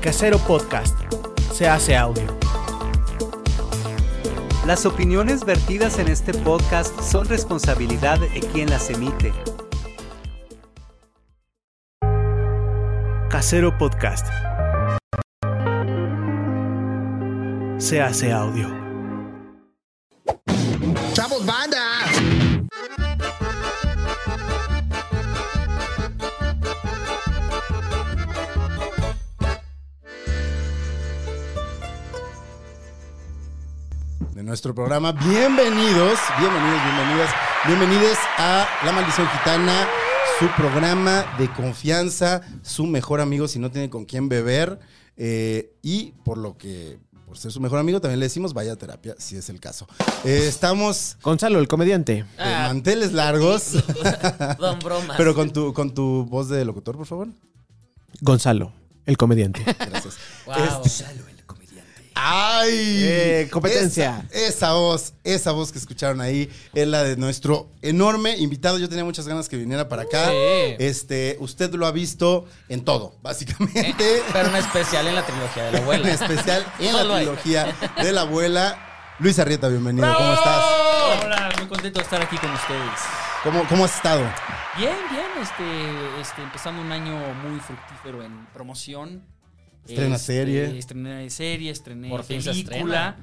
Casero Podcast. Se hace audio. Las opiniones vertidas en este podcast son responsabilidad de quien las emite. Casero Podcast. Se hace audio. ¡Chavos, banda! de nuestro programa. Bienvenidos, bienvenidos, bienvenidas, bienvenidos a La Maldición Gitana, su programa de confianza, su mejor amigo si no tiene con quién beber. eh, y por lo que, por ser su mejor amigo, también le decimos vaya a terapia, si es el caso. Eh, estamos Gonzalo, el comediante. de manteles largos, Don bromas. pero con tu, con tu voz de locutor, por favor. Gonzalo, el comediante. Gracias. Wow. este ¡Ay! Eh, competencia. Esa, esa voz, esa voz que escucharon ahí es la de nuestro enorme invitado. Yo tenía muchas ganas que viniera para acá. Sí. Este, usted lo ha visto en todo, básicamente. Pero en especial en la trilogía de la en abuela. especial en Solo la ahí. trilogía de la abuela. Luis Arrieta, bienvenido. ¿Cómo estás? Hola, muy contento de estar aquí con ustedes. ¿Cómo, cómo has estado? Bien, bien, este, este, empezando un año muy fructífero en promoción. Estrena serie. Estrené serie, estrené Por fin se película,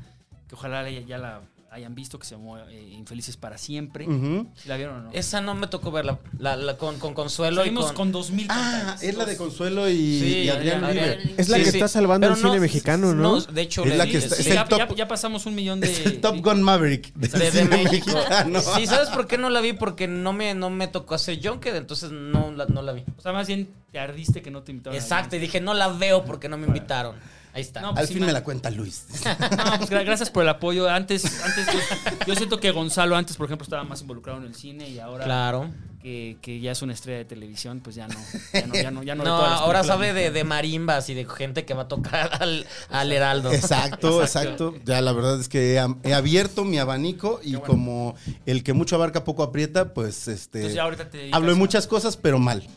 que ojalá ya, ya la hayan visto, que se llamó eh, Infelices para siempre. Ujú. ¿Sí ¿La vieron o no? Esa no me tocó verla. La, la- con, con Consuelo Salimos y con 2000 Ah, pantallas. es la de Consuelo y, Sí, y Adrián Adrián River. River. Es la que está salvando el cine mexicano, ¿no? De hecho, Es le la di- que está- sí, es Ya, el top- ya- ya pasamos un millón de... Es el Top Gun Maverick del de, de cine México. mexicano. Sí, ¿sabes por qué no la vi? Porque no me, no me tocó hacer Junked, entonces no la, no la vi. O sea, más bien te ardiste que no te invitaron. a Exacto, y dije, no la veo porque no me invitaron. Ahí está. No, Al pues sí, fin man. me la cuenta Luis. No, pues gra- gracias por el apoyo. Antes, antes yo, yo siento que Gonzalo antes, por ejemplo, estaba más involucrado en el cine y ahora claro. que, que ya es una estrella de televisión, pues ya no, ya no, ya no, ya no No, ve todas las ahora películas. sabe de, de marimbas y de gente que va a tocar al, al Heraldo. Exacto, Exacto. exacto, Ya la verdad es que he, am- he abierto mi abanico y como el que mucho abarca poco aprieta, pues este Entonces ya ahorita te dedicas hablo de a- muchas cosas, pero mal.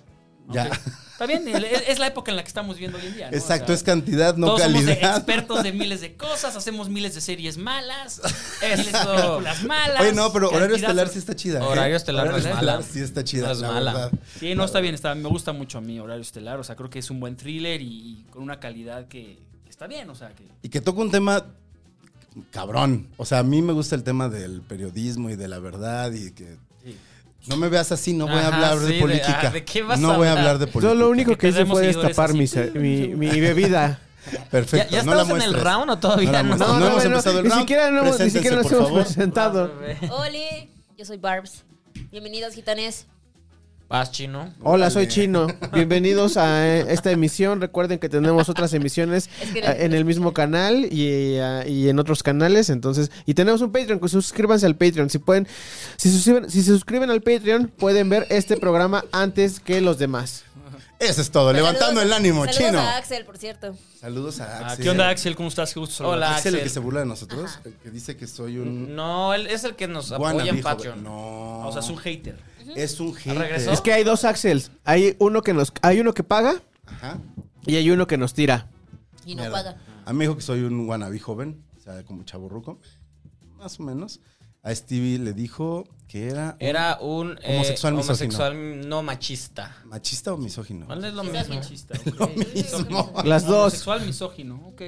Ya. Ok. Está bien, el- es, es la época en la que estamos viviendo hoy en día. ¿no? Exacto, O sea, es cantidad, no todos calidad. somos de- expertos de miles de cosas, hacemos miles de series malas, miles de Eso. películas malas. Oye, no, pero horario cantidad- estelar sí está chida. ¿eh? Horario estelar no es mala. sí está chida, No es la mala. verdad. Sí, no, está bien, está, me gusta mucho a mí Horario Estelar, o sea, creo que es un buen thriller y, y con una calidad que que está bien, o sea, que... Y que toca un tema cabrón. O sea, a mí me gusta el tema del periodismo y de la verdad y que Sí. no me veas así, no voy a Ajá, hablar sí, de de- política. ah, ¿de qué vas no a voy a hablar? hablar de política. Yo lo único que hice Perdemos fue seguidores destapar así. mi, se- mi, mi bebida. Perfecto. ¿Ya- ya no la estamos en el muestres. round o todavía la no? muestres. No, hemos empezado el ni round. siquiera, no hemos- ni Preséntense, siquiera nos por hemos favor. presentado. Oli, yo soy Barbs. Bienvenidos, gitanes. Vas chino. Hola, soy Órale. Chino. Bienvenidos a eh, esta emisión. Recuerden que tenemos otras emisiones Es que- eh, en el mismo canal y, eh, y en otros canales. Entonces, y tenemos un Patreon. que Suscríbanse al Patreon. Si pueden, si, suscriben- si se suscriben al Patreon, pueden ver este programa antes que los demás. Eso es todo, levantando Saludos- el ánimo, saludos chino. a Axel, por cierto. Saludos a Axel. Ah, ¿Qué onda, Axel? ¿Cómo estás? Qué gusto saludarte. Hola, Axel, el que Axel. se burla de nosotros, el que dice que soy un No, él es el que nos apoya en wannabe, joven. Patreon. No. O sea, es un hater. es un hater. ¿Regresó? Es que hay dos Axels. Hay uno que nos, hay uno que paga Ajá. y hay uno que nos tira. Y no Mierda. paga. A mí me dijo que soy un wannabe joven, o sea, como chaburruco, más o menos. A Stevie le dijo que era Era un eh, Homosexual misógino. homosexual no machista. machista o misógino. ¿Cuál es lo Misógino. mismo? Machista. Lo mismo. Las dos. Sexual misógino, ok.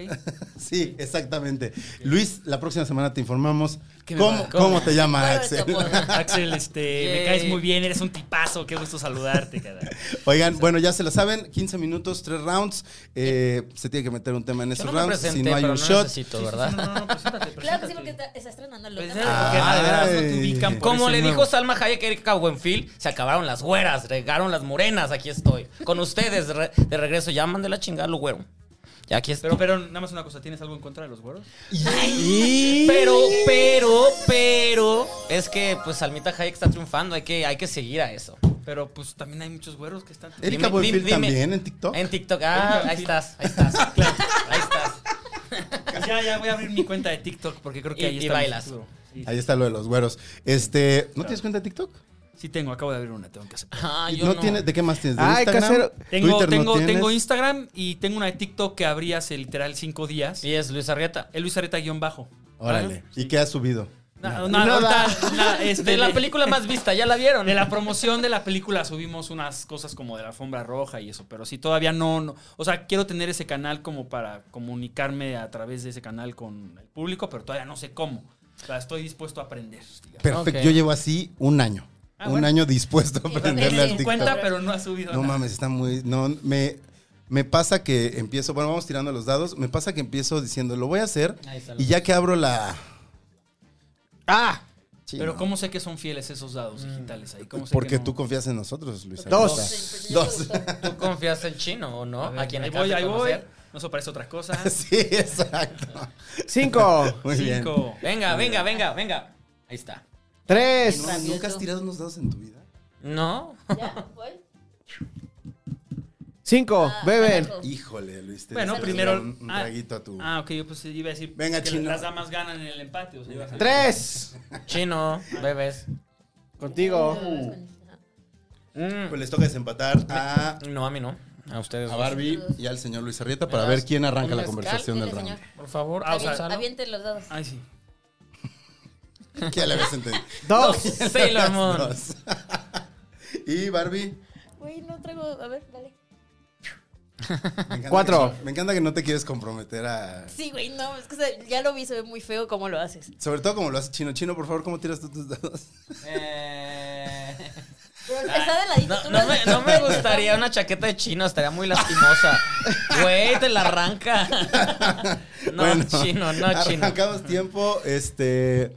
Sí, exactamente. Luis, la próxima semana te informamos ¿Qué me cómo, va- cómo? cómo te llama Bárbaro Ah, Axel. tu apodo. Axel, este, me Yay. caes muy bien, eres un tipazo, qué gusto saludarte, cara. Oigan, bueno, ya se lo saben, 15 minutos, 3 rounds. Eh, se tiene que meter un tema en Yo esos no me rounds. presenté, Si no hay pero un no shot, necesito, ¿verdad? No, pues no, no, preséntate, Claro que sí, preséntate. porque está, está estrenando Pues, local. ah, eh, Porque de verdad no Ay. te ubican por Como ese le nuevo. dijo Salma Hayek a Erika Buenfil, se acabaron las güeras, regaron las morenas, aquí estoy. Con ustedes, re- de regreso, llaman de la chingada lo güero. Ya aquí está. Pero, pero, nada más una cosa, ¿tienes algo en contra de los güeros? Pero, pero, pero. Es que pues Salmita Hayek está triunfando. Hay que, hay que seguir a eso. Pero pues también hay muchos güeros que están. Erika Dime, Buenfil dime, dime. también en TikTok. En TikTok. Ah, ahí estás. Ahí estás. Claro, ahí estás. Ya, ya voy a abrir mi cuenta de TikTok porque creo que Y- ahí y está mi bailas. futuro. Sí, Ahí está lo de los güeros. Este, ¿no tienes cuenta de TikTok? sí tengo, acabo de abrir una, tengo que hacer. Ah, yo no, no. tienes, ¿de qué más tienes? ¿De Ay, Instagram? casero. Tengo, Twitter no tengo, tienes. tengo Instagram y tengo una de TikTok que abrí hace literal cinco días. Y es Luis Arrieta. El Luis Areta guión bajo. Órale. Ah. ¿Y qué has subido? Na- na- Nada. ahorita, na- este, De la película más vista, ya la vieron. De la promoción de la película subimos unas cosas como de la alfombra roja y eso, pero sí todavía no, no- o sea, quiero tener ese canal como para comunicarme a través de ese canal con el público, pero todavía no sé cómo. O sea, estoy dispuesto a aprender. digamos. Perfecto. Ok. Yo llevo así un año. Ah, un bueno. año dispuesto a Sí, aprenderle tienes al tu TikTok. Cuenta, pero no ha subido No nada. mames, está muy. No, me, me pasa que empiezo. Bueno, vamos tirando los dados. Me pasa que empiezo diciendo, lo voy a hacer. Ahí está, lo Y ya que abro la. ¡Ah! Sí, Pero no. ¿cómo sé que son fieles esos dados Mm. digitales ahí? ¿Cómo sé Porque que no? tú confías en nosotros, Luis. Dos. Arrieta. Sí, Dos. pues, ya me gustó. ¿Tú confías en chino o no? A ver, ¿A quién ahí acabas voy, de ahí voy. conocer? No se parece otra cosa. Sí, exacto. Cinco, Muy bien. Cinco. Venga, venga, venga, venga. Ahí está. tres, No, ¿Nunca has tirado unos dados en tu vida? ¿No? Ya, ¿cuál? cinco, Ah, beben. carajo. Híjole, Luis. te Bueno, diste primero- Un, un ah. traguito a tu. Ah, ok, yo pues iba a decir Venga, que chino. las damas ganan en el empate. O sea, ibas a- Tres, Chino, bebes. contigo. Mm, Pues les toca desempatar a, No, a mí no. A ustedes. a dos. Barbie y al señor Luis Arrieta para Me das ver quién arranca un la mezcal, conversación del dile, round. señor. Por favor, Ah, o sea, Avien- Aviente los dados. Ay, sí. ¿Qué le habías entendido? Dos, Sailor Moon. Dos. y Barbie. Güey, no traigo. A ver, dale. me encanta Cuatro. que- me encanta que no te quieres comprometer a. Sí, güey, no. Es que se- ya lo vi, se ve muy feo cómo lo haces. Sobre todo como lo hace Chino. Chino, por favor, ¿cómo tiras tú tus dados? Eh, Pero Ah, está de ladito. No, tú no lo me, haces. no me gustaría una chaqueta de chino, estaría muy lastimosa. Güey, te la arranca. No, Bueno, chino, no, chino. Arrancamos tiempo. Este.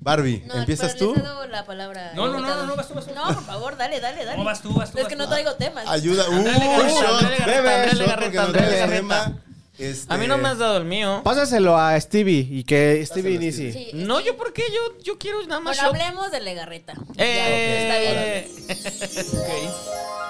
Barbie, No, ¿empiezas pero tú? les he dado la palabra. No, no, no, invitado. no, no, vas tú, vas tú. No, por favor, dale, dale, dale. No, vas tú, vas tú, Es vas que tú. no traigo temas. Ayuda. ¡Uh! Andrés shot. Garreta, Andrés Shot Garreta, porque no Andrés traes Garreta. tema. Este, A mí no me has dado el mío. Pásaselo a Stevie y que Pásalo a Stevie inicie. Sí, es No, que- yo por qué, yo, yo quiero nada más Bueno, shot. hablemos de Legarreta. Ya, Eh, está bien.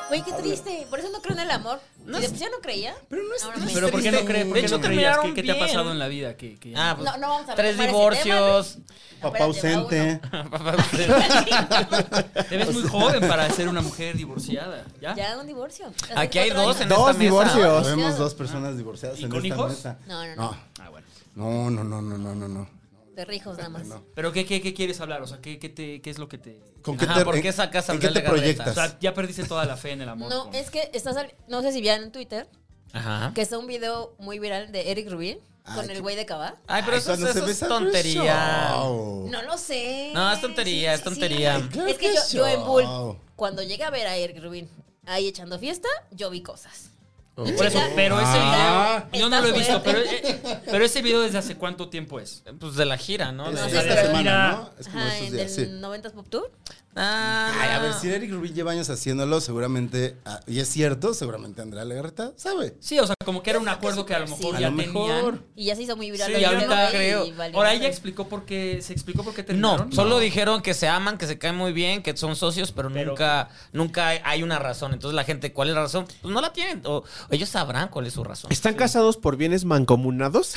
Güey, qué triste. Por eso no creo en el amor. No No es- yo no creía. Pero no es Ahora triste. me- Pero ¿por qué no triste. crees? De ¿Por qué hecho, no creías? ¿Qué, terminaron qué te ha bien. pasado en la vida? que que Ah, ya no- pues, No, no vamos a tres retomar ese tema, divorcios. Papá Espérate, va ausente. Papá, usted- Te ves muy joven para ser una mujer divorciada. ¿Ya? Ya, un divorcio. Hace Aquí hay cuatro dos en años. Dos esta mesa. divorcios. Habemos dos personas divorciadas ¿Y en con esta hijos? mesa. No, no, No, no. Ah, bueno. no, no, no, no, no, no. no. De rijos nada más. No. ¿Pero qué, qué, qué quieres hablar? O sea, ¿qué, qué, te- qué es lo que te...? ¿Con qué Ajá, te, ¿por en- qué sacas a ¿En qué te Andrés Legarreta? O sea, proyectas? ya perdiste toda la fe en el amor. No, con- es que estás al- No sé si vean en Twitter Ajá. que está un video muy viral de Eric Rubin Ay, con qué- el güey de Cabá. Ay, pero eso, Cuando eso se es besan, tontería. show. No lo sé. No, es tontería, es tontería. Claro Es que que yo, sí. yo en Bull, cuando llegué a ver a Eric Rubin ahí echando fiesta, yo vi cosas. Por eso, pero ese Ah. video... Yo no lo he Está visto, pero, fuerte. eh, pero ese video desde hace cuánto tiempo es. Pues de la gira, ¿no? Es No, De- sí, esta pero semana, mira. ¿no? Es como Ajá, estos en días, el sí. 90s Pop Tour. Ah, Ay, a ver, si Eric Rubin lleva años haciéndolo, seguramente, ah, y es cierto, seguramente Andrea Legarreta sabe. Sí, o sea, como que era un acuerdo que a lo mejor A ya lo mejor. tenían. Y ya se hizo muy viral. Sí, el y video, ahorita güey, y creo. valió Ahora ella madre. explicó por qué... ¿Se explicó por qué No, terminaron? solo dijeron que se aman, que se caen muy bien, que son socios, pero, Pero- nunca nunca hay- hay una razón. Entonces la gente, ¿cuál es la razón? Pues no la tienen. O ellos sabrán cuál es su razón. Este ¿Están casados por bienes mancomunados?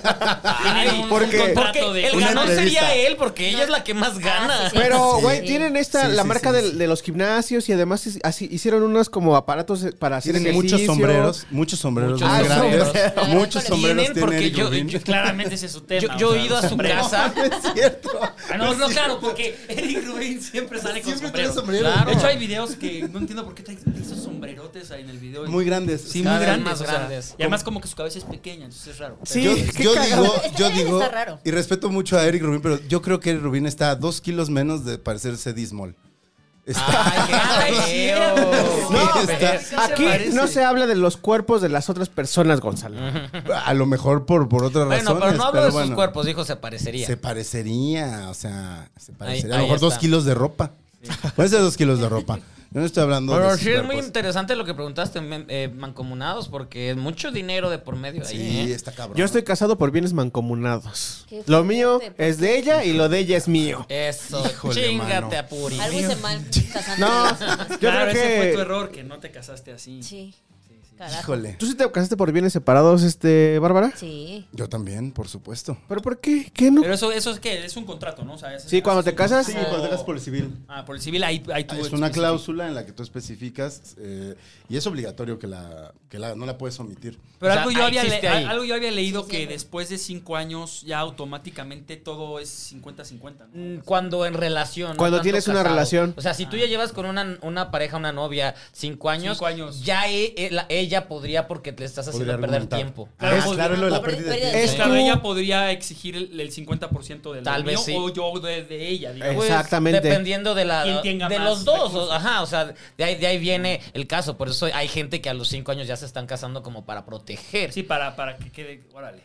Tienen un- porque- Porque un contrato de... el Una ganón entrevista. sería él, porque ella No. es la que más Ah, gana. sí, sí. Pero, güey, Sí. tienen esta, Sí, la sí, marca sí, de, sí. de los gimnasios y además es- así, hicieron unos como aparatos eh, para hacer Tiene ejercicio. muchos sombreros, muchos sombreros Muchos muy sombreros. grandes. Ah, Muchos ¿cuáles? sombreros Tienen tiene porque Eric yo- Rubin. yo- Claramente ese es su tema. Yo, yo o he sea, ido a su sombrero. casa. es cierto. Ah, no, no, claro, porque Eric Rubin siempre sale con Siempre sombrero. trae sombrero. Claro. De hecho, hay videos que no entiendo por qué trae esos sombrerotes ahí en el video. Muy grandes. Sí, muy Cada vez grandes. más o sea, grandes. y además como que su cabeza es pequeña, entonces es raro. Sí, Yo, qué yo cagado. digo, Este yo Eric digo, está raro. y respeto mucho a Eric Rubin, pero yo creo que Eric Rubin está a dos kilos menos de parecerse Dismol. Está, Ay, qué feo. No, Qué está- feo. Aquí parece. no se habla de los cuerpos de las otras personas, Gonzalo. a lo mejor por, por otras Bueno, razones. pero no hablo de sus bueno, cuerpos, dijo, se parecería. Se parecería, o sea, se parecería. ahí a lo mejor dos está. kilos de ropa. Pónganse dos kilos de ropa. Yo no estoy hablando Pero de sí es muy supercosas. interesante lo que preguntaste, mem- eh, mancomunados, porque es mucho dinero de por medio ahí. Sí, ¿eh? está cabrón. Yo estoy casado por bienes mancomunados. Qué fuerte, Lo mío porque- es de ella y lo de ella es mío. Eso, Híjole, chingate mano. a Puri. Algo hice mal casando. No, yo claro, ese fue creo tu que. error, que no te casaste así. Sí. Carajo. Híjole. ¿Tú sí te casaste por bienes separados, este, Bárbara? Sí. Yo también, por supuesto. ¿Pero por qué? ¿Qué no? Pero eso, eso es que es un contrato, ¿no? O sea, ese- Sí, cuando te ese- casas, sí, Sí, cuando te casas por el civil. Ah, por el civil ahí, ahí tú. Es una especificas. cláusula en la que tú especificas eh, y es obligatorio que la, que la no la puedes omitir. Pero O sea, algo, yo ahí había existe le- ahí. algo yo había leído Sí, que siempre. después de cinco años ya automáticamente todo es 50-50, ¿no? Mm, Cuando en relación. no Cuando tanto tienes una relación. O sea, si tú ya llevas con una, una pareja, una novia, cinco años. Cinco años. Ya e- e- la- ella podría, porque le estás haciendo Podría perder argumentar. tiempo. Ah, Es- claro, es lo de la Pobre- pérdida de pérdida tiempo. Es Es claro, tu- ella podría exigir el, el 50% del Tal mío vez sí. o yo de, de ella. digamos. Pues, Exactamente. dependiendo de la. Quien tenga de más los dos. recursos. o- ajá, o sea, de ahí, de ahí viene el caso. Por eso hay gente que a los cinco años ya se están casando como para proteger. Pues, Sí, para, para que quede. Órale.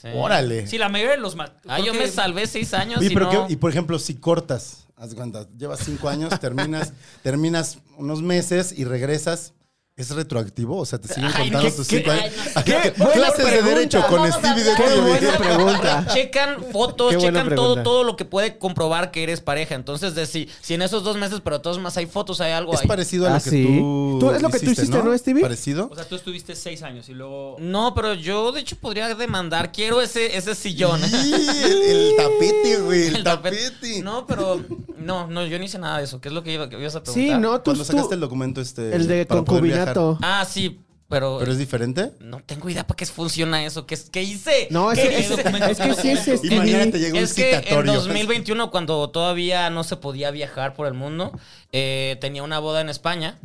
Sí. Eh, Órale. Sí, la mayoría de los mat- Ah, creo yo que- me salvé seis años. Oye, si pero no- que- y por ejemplo, si cortas, haz de cuenta, llevas cinco años, terminas, terminas unos meses y regresas. ¿Es retroactivo? O sea, te siguen Ay, contando ¿qué- tus qué- cinco años. ay, ¿Qué? buena Clases de pregunta. derecho con Vamos a Stevie de hablar. Qué Coyote. buena pregunta. Checan fotos, Qué buena checan todo, pregunta. todo lo que puede comprobar que eres pareja. Entonces, de si, si en esos dos meses, pero de todos más hay fotos, hay algo Es ahí. parecido a lo Ah, que sí. tú. Tú- es lo que tú hiciste, ¿no, Stevie? Parecido. O sea, tú estuviste seis años y luego. No, pero yo de hecho podría demandar. Quiero ese, ese sillón. Y el, el tapete, güey. El, El tapete. tapete. No, pero no, no, yo no hice nada de eso. ¿Qué es lo que iba- que ibas a preguntar? Sí, no, tú. Cuando sacaste tú- el documento este. el de para poder viajar. concubinato. Ah, sí, pero, ¿Pero es diferente? no tengo idea para qué funciona eso. ¿Qué, es- qué hice? No, es ¿Qué que, es, hice? es que sí es este. Imagínate, llegó un Es que en citatorio. 2021, cuando todavía no se podía viajar por el mundo, eh, tenía una boda en España.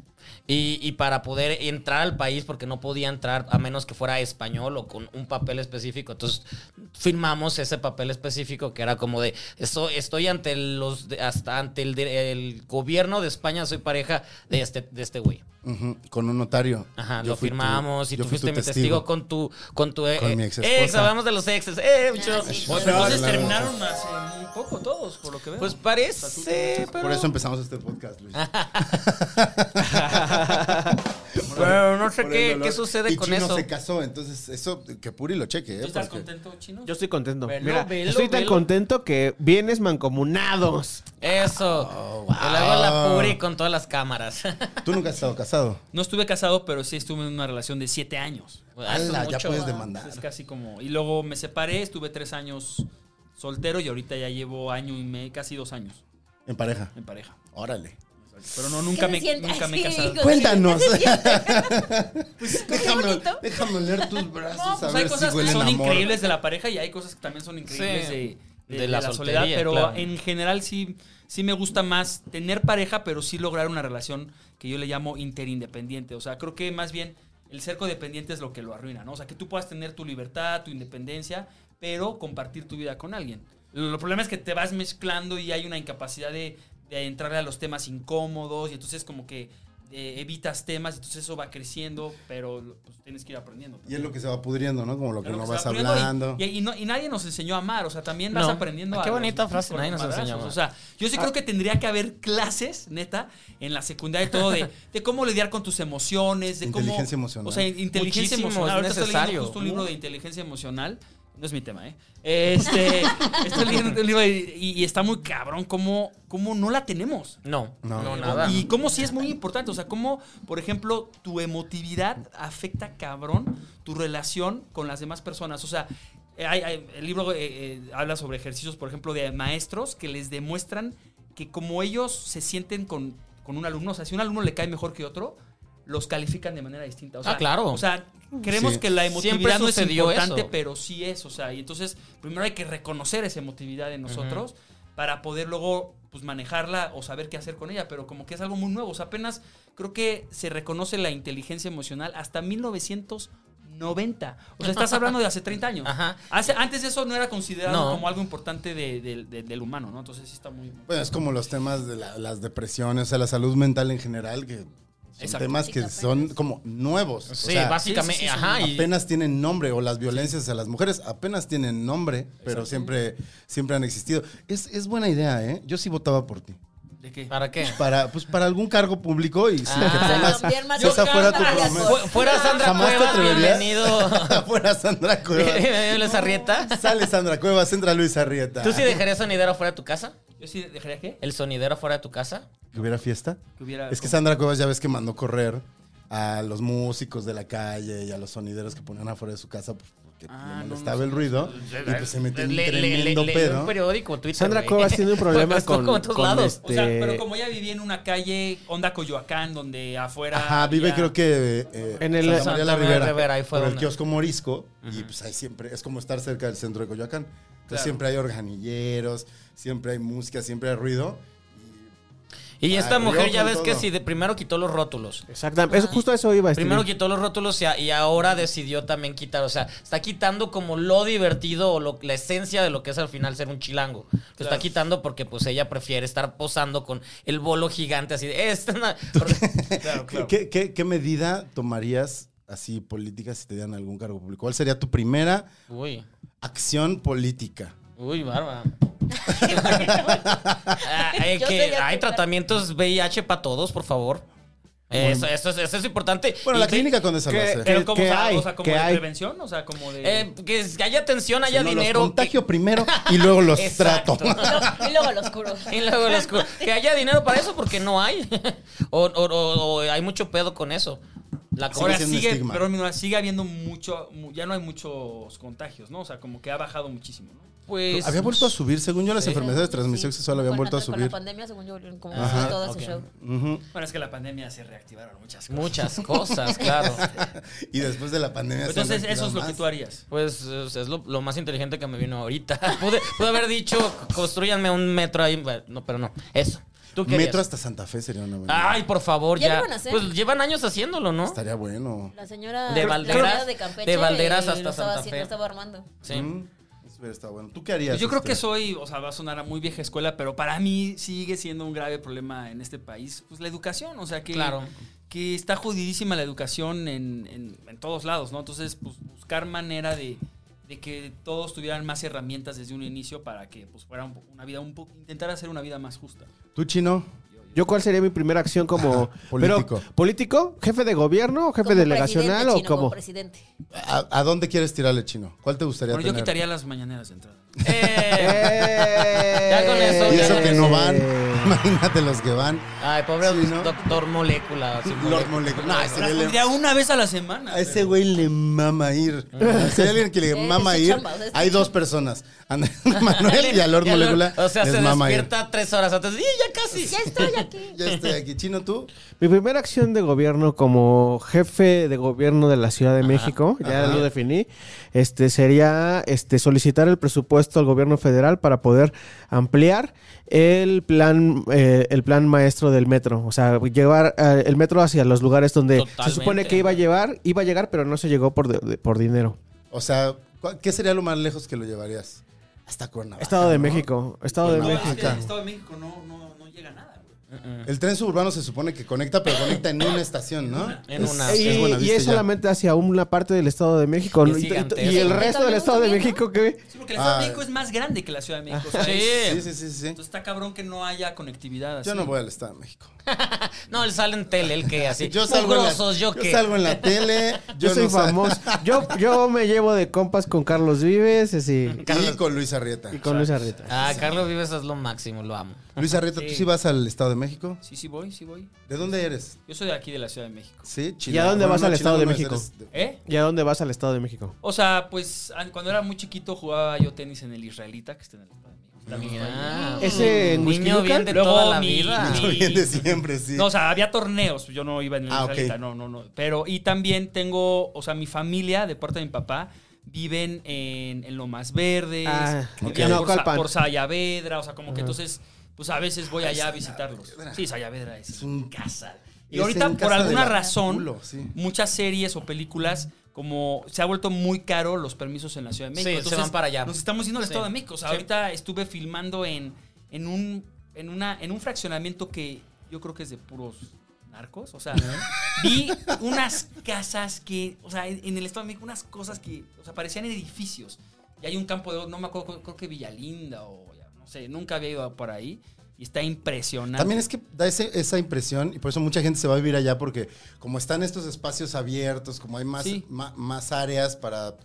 Y, y para poder entrar al país, porque no podía entrar a menos que fuera español o con un papel específico. Entonces firmamos ese papel específico que era como de, eso, estoy ante los de- hasta ante el, de- el gobierno de España, soy pareja de este, de este güey. Ujú, Con un notario. Ajá, Yo lo fui tu- firmamos y yo tú fui tu fuiste mi testigo con tu, con tu eh, Con mi eh, exesposa. ex, hablamos de los exes. Eh, muchachos. sí, Pues, sí. entonces claro. terminaron hace muy poco todos, por lo que veo. Pues parece, pero... Por eso empezamos este podcast, Luis. Pero no sé Por el qué, dolor. qué sucede Y con Chino eso. se casó, entonces eso que Puri lo cheque, ¿Tú ¿eh? pues estás porque- contento, chino? Yo estoy contento. Velo, Mira, velo, estoy tan velo. contento que vienes mancomunados. Eso. Oh, Y luego la puri con todas las cámaras. Tú nunca has estado casado. No estuve casado, pero sí estuve en una relación de siete años. Hace Ala, ya mucho. puedes demandar. ah, pues Es casi como. Y luego me separé, estuve tres años soltero y ahorita ya llevo año y medio, casi dos años En pareja. en pareja. Órale. Pero no, nunca ¿Qué me, se siente? nunca me he Sí, casado. hijo. Cuéntanos. Qué déjame, bonito. déjame oler tus brazos. Pues, No, pues a hay ver si cosas que huelen son a amor. increíbles de la pareja y hay cosas que también son increíbles Sí. de, de- De de la la, soltería, soledad, pero claro. en general sí, sí me gusta más tener pareja, pero sí lograr una relación que yo le llamo interindependiente. O sea, creo que más bien el ser codependiente es lo que lo arruina, ¿no? O sea, que tú puedas tener tu libertad, tu independencia, pero compartir tu vida con alguien. El problema es que te vas mezclando y hay una incapacidad de, de entrarle a los temas incómodos y entonces como que eh, evitas temas, entonces eso va creciendo, pero pues, tienes que ir aprendiendo. Y es lo que se va pudriendo, ¿no? Como lo que Claro no que vas se va aprendiendo y- hablando. Y, y no- y nadie nos enseñó a amar, o sea, también vas No. Ah, aprendiendo a. Qué los bonita frase, nadie nos madrazos, enseñó a amar. Ah. O sea, yo sí creo que tendría que haber clases, neta, en la secundaria y todo, de, de cómo lidiar con tus emociones, de cómo. Inteligencia emocional. O sea, inteligencia Muchísimo, emocional. es Ahorita estoy necesario. leyendo justo un libro de inteligencia emocional. No es mi tema, ¿eh? Este, estoy leyendo un libro de- y, y está muy cabrón cómo, cómo no la tenemos. No, No. no, nada. Y cómo sí es muy importante, o sea, cómo, por ejemplo, tu emotividad afecta cabrón tu relación con las demás personas. O sea, eh, hay- hay- el libro eh, eh, habla sobre ejercicios, por ejemplo, de maestros que les demuestran que como ellos se sienten con, con un alumno, o sea, si un alumno le cae mejor que otro, los califican de manera distinta. O sea, Ah, claro. O sea, creemos Sí. que la Siempre emotividad no es sucedió importante, eso. pero sí es, o sea, y entonces primero hay que reconocer esa emotividad de nosotros para poder luego pues manejarla o saber qué hacer con ella, pero como que es algo muy nuevo, o sea, apenas creo que se reconoce la inteligencia emocional hasta 1990. O sea, estás hablando de hace 30 años. Ajá. Hace- antes eso no era considerado No. como algo importante de- de- de- del humano, ¿no? Entonces sí está muy... Bueno, es como los temas de la- las depresiones, o sea, la salud mental en general, que son Exacto. temas que son como nuevos. o sí, sea, básicamente, sí, sí, sí, ajá. y- apenas tienen nombre o las violencias a las mujeres apenas tienen nombre, pero siempre siempre han existido. Es, es buena idea, ¿eh? Yo sí votaba por ti. ¿De qué? ¿Para qué? Para, pues, para algún cargo público y sin Ah. que pongas. Cambiar Si esa fuera tu matemáticas promesa. por- Fu- Fuera Sandra Jamás te Cuevas, atreverías. bienvenido. Fuera Sandra Cuevas. Bienvenido Les Arrieta. Sale Sandra Cuevas, entra Luis Arrieta. ¿Tú sí dejarías sonidero fuera de tu casa? Yo sí dejaría que, ¿El sonidero fuera de tu casa? ¿Que hubiera fiesta? que hubiera. Es que Sandra Cuevas ya ves que mandó correr a los músicos de la calle y a los sonideros que ponían afuera de su casa pues, porque Ah, le no, molestaba no, el ruido y pues se metió en un Le- le- le- tremendo le- pedo. un periódico, Twitter, Sandra güey. Cuevas tiene un problema Estuvo con- como en todos con lados. este- O sea, Te- pero como ella vivía en una calle, Onda Coyoacán, donde afuera. Ajá, vive había- creo que eh, En el- Santa María la Santa María Rivera, Rivera, ahí fue por el donde- kiosco Morisco y pues ahí siempre es como estar cerca del centro de Coyoacán. Entonces Claro. siempre hay organilleros, siempre hay música, siempre hay ruido. Y esta Ay, mujer yo ya con ves que Ah, todo. si de, primero quitó los rótulos. Exactamente. Eso, justo a eso iba a escribir. Primero quitó los rótulos y, a- y ahora decidió también quitar. O sea, está quitando como lo divertido o lo- la esencia de lo que es al final ser un chilango. Lo está Claro. quitando porque pues ella prefiere estar posando con el bolo gigante así de... "Esta es una-". Claro, claro. ¿Qué, qué, qué medida tomarías así política si te dieran algún cargo público? ¿Cuál sería tu primera Uy, acción política? uy, bárbara. Yo hay, sería Ah, eh, hay tu- tratamientos VIH para todos, por favor. Eso, eso es, eso es importante. Bueno, Y la ve- clínica con esa lo ¿Qué? hace. Pero como, ¿Qué o sea, hay? o sea, como ¿Qué de hay? prevención, o sea, como de. Eh, que haya atención, haya Si no, dinero. Los contagio primero y luego los Exacto. trato. Y luego los oscuro. que- y luego los cu- que haya dinero para eso porque no hay. o, o- o- o hay mucho pedo con eso. La Sigue Ahora cobra- siendo sigue, estigma. pero mira, sigue habiendo mucho, mu- ya no hay muchos contagios, ¿no? O sea, como que ha bajado muchísimo, ¿no? pues, Había vuelto a subir, según yo, las Sí. enfermedades de transmisión Sí, sexual habían con- vuelto a Con la subir. pandemia, según yo, como Ajá, que todo ok. ese show. Ujú. Bueno, es que la pandemia se reactivaron muchas cosas. Muchas cosas, claro. Y después de la pandemia. se han Entonces, eso reactivado es lo que más. tú harías. Pues es es lo, lo más inteligente que me vino ahorita. Pude, pude haber dicho, construyanme un metro ahí. Bueno, No, pero no. Eso. ¿Tú querías? Metro hasta Santa Fe sería una buena. Ay, por favor, Ya ya. lo van a hacer. Pues llevan años haciéndolo, ¿no? Estaría bueno. La señora De la Valderas- señora de, Campeche, de Valderas eh, hasta lo estaba Santa haciendo, Fe. lo estaba armando. Sí. Mm, Eso hubiera estado bueno. ¿Tú qué harías? Pues yo creo este? que soy, o sea, va a sonar a muy vieja escuela, pero para mí sigue siendo un grave problema en este país, pues la educación, o sea que... Claro. Que está jodidísima la educación en, en- en todos lados, ¿no? Entonces, pues buscar manera de, de que todos tuvieran más herramientas desde un inicio para que pues fuera un po- una vida un poco... Intentar hacer una vida más justa. ¿Tú, chino? ¿Yo cuál sería mi primera acción como político. Pero, ¿Político? ¿Jefe de gobierno? ¿Jefe Como delegacional presidente, o chino, cómo? Como presidente. ¿A, a dónde quieres tirarle, chino? ¿Cuál te gustaría Bueno, yo tener? quitaría las mañaneras de entrada. Eh, ¡Eh! Ya con eso, Y ya eso que no van. Eh, Imagínate los que van. Ay, pobre Sí, ¿no? doctor molécula. sí, Lord molécula. Molecular. No, ese Las güey le- pondría una vez a la semana. A ese pero- güey le mama ir. Si hay alguien que le Es su mama ir, chamba, o sea, es su hay dos chamba. personas. Andrés Manuel y a Lord Y al Lord- Molecula. O sea, les se mama ir. despierta tres horas antes. ¡Y ya casi! Ya estoy aquí. Ya estoy aquí. Chino, tú. Mi primera acción de gobierno como jefe de gobierno de la Ciudad de México, ya ajá. lo definí, este sería este solicitar el presupuesto al gobierno federal para poder ampliar el plan eh, el plan maestro del metro, o sea, llevar eh, el metro hacia los lugares donde se supone Totalmente. que iba a llevar, iba a llegar, pero no se llegó por de- de- por dinero. O sea, ¿cu- ¿qué sería lo más lejos que lo llevarías? Hasta Cuernavaca. Estado de ¿no? México, Estado de No, No, es México. que Acá. el Estado de México no, no, no llega a nada. güey. El tren suburbano se supone que conecta, pero conecta en una estación, ¿no? En Es- una. es Y, y Buenavista es ya. solamente hacia una parte del Estado de México. Es ¿no? Y, y- y el gigantesco. resto del También Estado de un México, ¿qué? Sí, porque el Estado Ah. de México es más grande que la Ciudad de México. o sea, es- Sí, Sí. sí, sí, sí. Entonces está cabrón que no haya conectividad. Así. Yo no voy al Estado de México. No, él sale en tele, él que así. Yo salgo, en la, Mugrosos, yo qué. salgo en la tele. Yo, Yo, soy no sal- famoso. Yo, yo me llevo de compas con Carlos Vives así, Y con Luis Arrieta. y con Luis Arrieta. Ah, Carlos Vives es lo máximo, lo amo. Luis Arrieta, ¿tú Sí. sí vas al Estado de México? Sí, sí voy, sí voy. ¿De dónde eres? Yo soy de aquí de la Ciudad de México. Sí, ¿Y a dónde vas al Estado de no, México? eres de- ¿Eh? ¿Y a dónde vas al Estado de México? O sea, pues an- cuando era muy chiquito jugaba yo tenis en el Israelita, que está en el Estado de México. También fue ahí. Mira. Mm, Ese en niño Huixquilucan, bien de luego toda la mi- vida. mi- Bien este- de siempre, sí. No, o sea, había torneos, yo no iba en el Ah, ok. Israelita, no, no, no. Pero, y también tengo, o sea, mi familia, de parte de mi papá, viven en, en Lomas Verdes, Ah, vivían ok. No, por, Sa- Calpan. por Sayavedra, o sea, como que entonces, pues a veces voy allá a Sayavedra. visitarlos. Sí, Sayavedra es, Es un- casa. Y Es ahorita, en por casa de alguna la- razón, culo, sí. muchas series o películas, como se ha vuelto muy caro los permisos en la Ciudad de México. Sí, se van para allá. Nos estamos yendo al Sí. Estado de México. O sea, Sí. ahorita estuve filmando en, en, un, en, una, en un fraccionamiento que yo creo que es de puros narcos. O sea, vi unas casas que, o sea, en, en el Estado de México, unas cosas que, o sea, parecían edificios. Y hay un campo de, no me acuerdo, creo que Villalinda o ya, no sé, nunca había ido por ahí. Y está impresionante. También es que da ese- esa impresión y por eso mucha gente se va a vivir allá porque como están estos espacios abiertos, como hay más, Sí. ma- más áreas para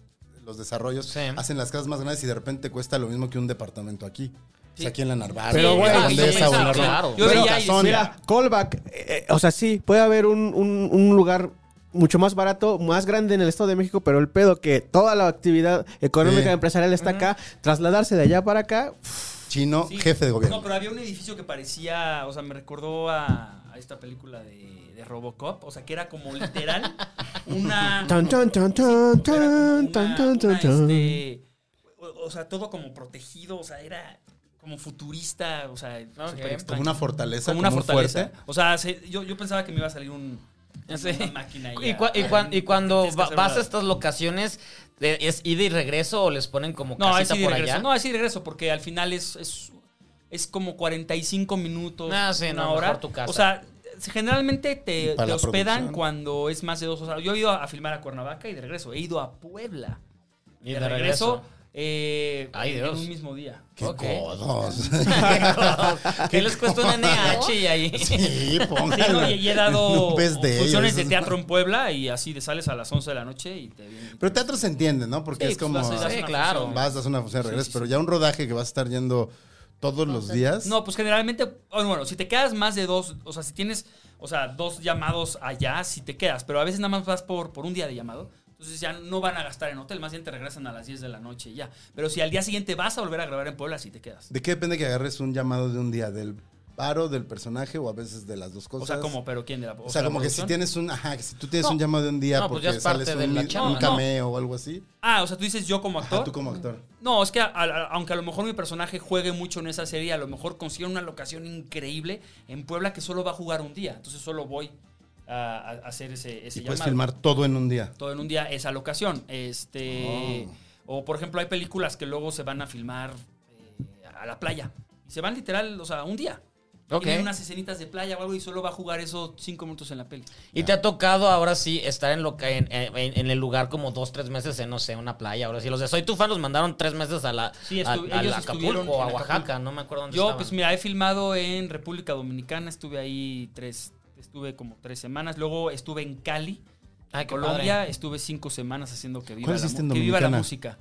los desarrollos, Sí. hacen las casas más grandes y de repente te cuesta lo mismo que un departamento aquí. O sea, aquí en la Narvarte, Pero, en güey, la Ah, sí, Condesa o en la sí, claro. Roma. Yo Pero veía y Cazón, decía, Mira, callback. eh, eh, o sea, sí, puede haber un, un- un lugar mucho más barato, más grande en el Estado de México, pero el pedo que toda la actividad económica Sí. empresarial está acá, trasladarse de allá para acá, chino, Sí. jefe de gobierno. No, pero había un edificio que parecía, o sea, me recordó a, a esta película de, de Robocop, o sea, que era como literal una... Tan, tan, tan, tan, era como tan, una- tan, tan, una, tan, tan. este, o, o sea, todo como protegido, o sea, era como futurista, o sea, súper extraño. Como una fortaleza, Como una como un fortaleza. fuerte. O sea, se- yo, yo pensaba que me iba a salir un, Sí. una máquina. Y, a- cua- y cuan- y cuando Tienes que va- hacer vas a una- estas locaciones, eh, ¿es ida y regreso o les ponen como No, es casita ir y por regreso. allá? No, es ir y regreso, porque al final es, es, es como 45 minutos, Ah, sí, una no, hora. mejor tu casa. O sea, generalmente Y te, para te la hospedan producción. cuando es más de dos horas. Yo he ido a filmar a Cuernavaca y de regreso. He ido a Puebla. Y de regreso. eh, Ay, en Dios. un mismo día. ¡Qué Ok. codos! ¿Qué les cuesta un ah, NH y ahí? sí, Sí, póngalo. no, y, y he dado Nubes de funciones ellos. de teatro en Puebla y así de sales a las 11 de la noche y te vienen. Pero teatro se entiende, ¿no? Porque Sí, es pues, como... vas y das Sí, una claro. función. Vas, das una función de regreso, pero ya un rodaje que vas a estar yendo todos los días. No, pues generalmente, bueno, bueno, si te quedas más de dos, o sea, si tienes, o sea, dos llamados allá, si te quedas, pero a veces nada más vas por, por un día de llamado, entonces ya no van a gastar en hotel, más bien te regresan a las 10 de la noche y ya. Pero si al día siguiente vas a volver a grabar en Puebla, si te quedas. ¿De qué depende que agarres un llamado de un día? ¿Del paro, del personaje o a veces de las dos O cosas? sea, como, pero ¿quién de la O sea, la como que si producción? tienes un. Ajá, que si tú tienes No. un llamado de un día No, pues porque ya es parte sales de un, la un chamba. cameo o algo así. Ah, o sea, tú dices yo como actor. Ajá, tú como actor. No, es que a- a- aunque a lo mejor mi personaje juegue mucho en esa serie, a lo mejor consigue una locación increíble en Puebla que solo va a jugar un día. Entonces solo voy a, a- a hacer ese, ese Y puedes llamado. filmar todo en un día. todo en un día esa locación. Este. Oh. O por ejemplo, hay películas que luego se van a filmar eh, a la playa. Y se van literal, o sea, un día. Ok. Tienen unas escenitas de playa o algo y solo va a jugar esos cinco minutos en la peli. ¿Y te ha tocado ahora sí estar en, loca- en, en- en el lugar como dos, tres meses en, no sé, una playa? Ahora sí, los de Soy Tu Fan los mandaron tres meses a la Sí, a, estu- a ellos la estuvieron Acapulco o a en Oaxaca, Acapulco. no me acuerdo dónde Yo, estaban. pues mira, he filmado en República Dominicana, estuve ahí tres, estuve como tres semanas. Luego estuve en Cali, Ay, qué Colombia, padre. estuve cinco semanas haciendo que viva, ¿Cuál la, hiciste en mu- que viva la Dominicana? música.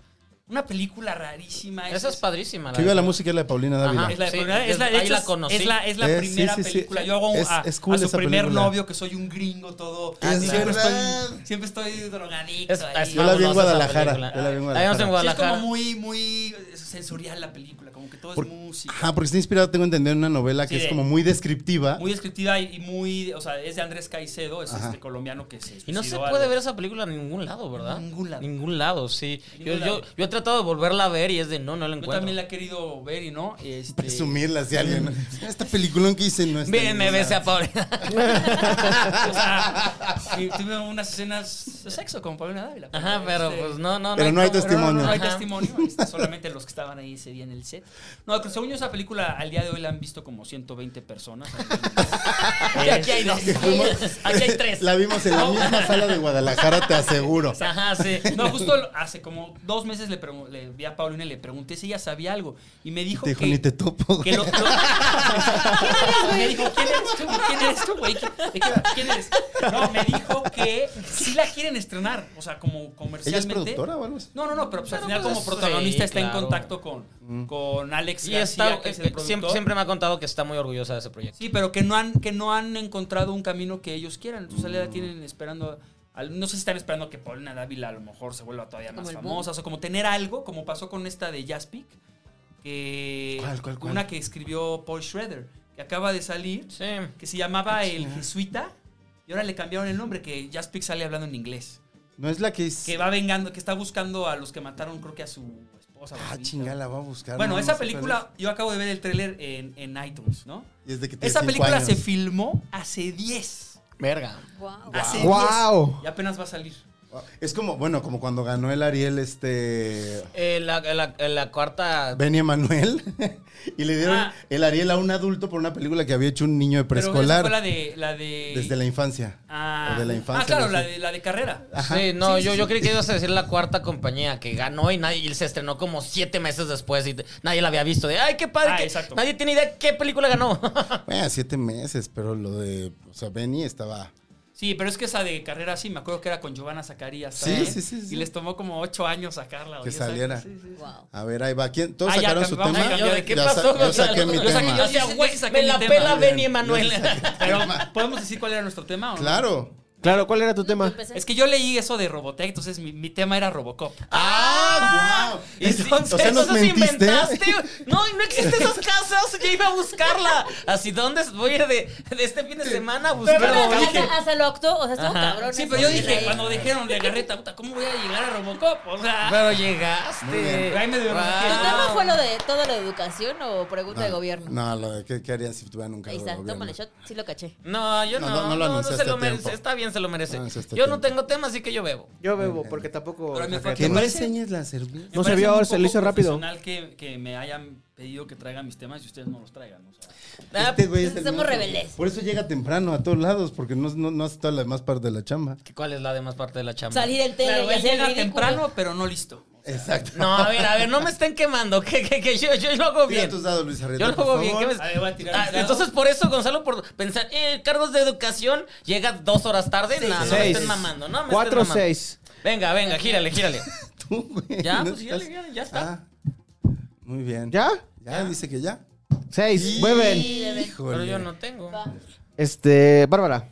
Una película rarísima. Esa es padrísima. Que viva la verdad. música es la de Paulina Dávila. Ajá. Es la, de Ah, Sí, primera- es desde la- de ahí hecho, la es- conocí. Es la, es la Eh, sí, primera sí, sí. película. Yo hago un- Es- a, es cool a su esa primer película. novio, que soy un gringo todo. Ah, así, sí, siempre, ¿verdad? estoy, siempre estoy drogadicto. Es- ahí. es Yo la vi en fabulosa esa Guadalajara, película. yo la vi en La vimos en Sí, es Guadalajara. como muy, muy sensorial la película, como que todo Por- es música. Ajá, porque está inspirado, tengo entendido, en una novela que Sí, es de- como muy descriptiva. Muy descriptiva y y muy, o sea, es de Andrés Caicedo, es Ajá. este colombiano que se Y no se suicidó al- puede ver esa película en ningún lado, ¿verdad? Ningún lado. Ningún lado, sí. Yo, Ningún yo, lado. yo he tratado de volverla a ver y es de no, no la Yo encuentro. también la he querido ver y no. Este, Presumirla hacia alguien. ¿no? Esta película que hice no está Miren, en me ningún besé a lado. Paulina. o sea, y tuve unas escenas de sexo con Paulina Dávila. Ajá, pero este, pues no, no, Pero no hay como- testimonio. No, no, no hay Ajá. testimonio, este, solamente los que estaban ahí ese día en el set. No, pero según yo esa película al día de hoy la han visto como 120 personas. Y aquí hay dos. Aquí hay tres. La vimos en la misma sala de Guadalajara, te aseguro. Ajá, sí. No, justo hace como dos meses le, pregun- le vi a Paulina y le pregunté si ella sabía algo. Y me dijo Te dijo, que... ni te topo. que lo- lo- me dijo, ¿quién eres tú? ¿Quién eres tú, güey? ¿Qui- de qué- ¿Quién eres? No, me dijo que sí la quieren estrenar, o sea, como ¿Ella es comercialmente. productora o algo así? No, no, no, pero pues, al Pero, final pues, como es- protagonista sí, está claro. en contacto con, con Alex Y García, está, que es el productor. siempre, siempre me ha contado que está muy orgullosa de ese proyecto. Sí, pero que no han, que no han encontrado un camino que ellos quieran. Entonces Mm. la tienen esperando. al- no sé si están esperando que Paulina Dávila a lo mejor se vuelva todavía Como más el boom. famosa. O sea, como tener algo, como pasó con esta de Jazzpeak. Que ¿Cuál, cuál, cuál? Una que escribió Paul Schroeder, que acaba de salir, Sí. que se Ah, llamaba El Jesuita. Y ahora le cambiaron el nombre, que Jazzpeak sale hablando en inglés. No es la que es. Que va vengando, que está buscando a los que mataron, creo que a su esposa. o a su Ah, hija. chingada, va a buscar. no, Bueno, no esa sé cuál película, yo acabo de ver el tráiler en, en iTunes, ¿no? es. Y es de que tiene Esa cinco película se años. filmó hace 10. Verga. Wow. Hace 10. Ah, ¡Wow! Y apenas va a salir. Es como, bueno, como cuando ganó el Ariel este Eh, la, la- la cuarta. Benny Emanuel y le dieron Ah. el Ariel a un adulto por una película que había hecho un niño de Pero esa preescolar fue la de. La de... desde la infancia. Ah. o de la infancia, Ah, claro, no la sé. de, la de carrera. Sí, no, yo, yo creí que ibas a decir la cuarta compañía que ganó y nadie y se estrenó como siete meses después y te- nadie la había visto. De, ay, qué padre. Ah, que- exacto. nadie tiene idea qué película ganó. Bueno, siete meses, pero lo de, o sea, Benny estaba... Sí, pero es que esa de carrera sí, me acuerdo que era con Giovanna Zacarías. Sí, ¿sabes? sí, sí, sí. Y les tomó como ocho años sacarla. o Que diez años. saliera. Sí, sí, sí. Wow. A ver, ahí va. ¿Quién? ¿Todos Ah, ya, sacaron cam- su vamos a tema? cambiar Yo, de ¿de qué Ya sa- pasó? yo saqué mi Gonzalo? tema. Yo decía, güey, Yo saqué me mi la tema. pela Muy Benny bien, Emanuel. yo saqué. Pero, ¿podemos decir cuál era nuestro tema? o no? Claro. Claro, ¿cuál era tu tema? Empecé. Es que yo leí eso de Robotech, entonces mi, mi tema era Robocop. ¡Ah, wow! Entonces, o sea, nos eso se mentiste. inventaste. No, y no existen esas casas. Yo iba a buscarla. Así, ¿dónde voy a ir de, de este fin de semana a Pero buscarla? hasta, Dije, hasta lo actuó, o sea, estuvo Ajá. cabrón. Sí, eso. pero yo dije, cuando dijeron de Garreta, puta, ¿cómo voy a llegar a Robocop? O sea, Pero llegaste. Muy bien. Ahí me dio- Wow. ¿Tu tema fue lo de todo lo de educación o pregunta de gobierno? Ah. No, lo de qué, qué harían si tuvieran un cargo Ahí de está, gobierno. tómale shot, sí lo caché. No, yo No, no. no, no No, lo no anunciaste se a lo tiempo. merece. Está bien, se lo merece. No anunciaste a Yo no tiempo. tengo tema, así que yo bebo. Yo bebo, porque tampoco. Pero a mí me fue Que no Me enseñes la cerveza. No se vio, ahora, se lo hizo rápido. que, que me hayan pedido que traigan mis temas y ustedes no los traigan. o sea. Ah, Este güey es el pues, somos más- rebeldes. Por eso llega temprano a todos lados, porque no, no, no hace toda la demás parte de la chamba. ¿Cuál es la demás parte de la chamba? Salir en tele Claro, y él hacer pues, llega ridículo. temprano, pero no listo. Exacto. No, a ver, a ver, no me estén quemando. Que, que, que yo, yo lo hago Tira bien. tus dados, Luis Arrieta, Yo lo por hago bien. favor. ¿qué me- A ver, voy a tirar Ah, mis dados. entonces, por eso, Gonzalo, por pensar, eh, cargos de educación, llega dos horas tarde. No, no me Seis. estén mamando, no me Cuatro, estén mamando. seis. Venga, venga, gírale, gírale. Tú, güey, Ya, no pues, ya, estás- ya, ya está. Ah, muy bien. ¿Ya? Ya, dice que ya. Seis. Mueven. Híjole. Pero yo no tengo. Va. Este, Bárbara.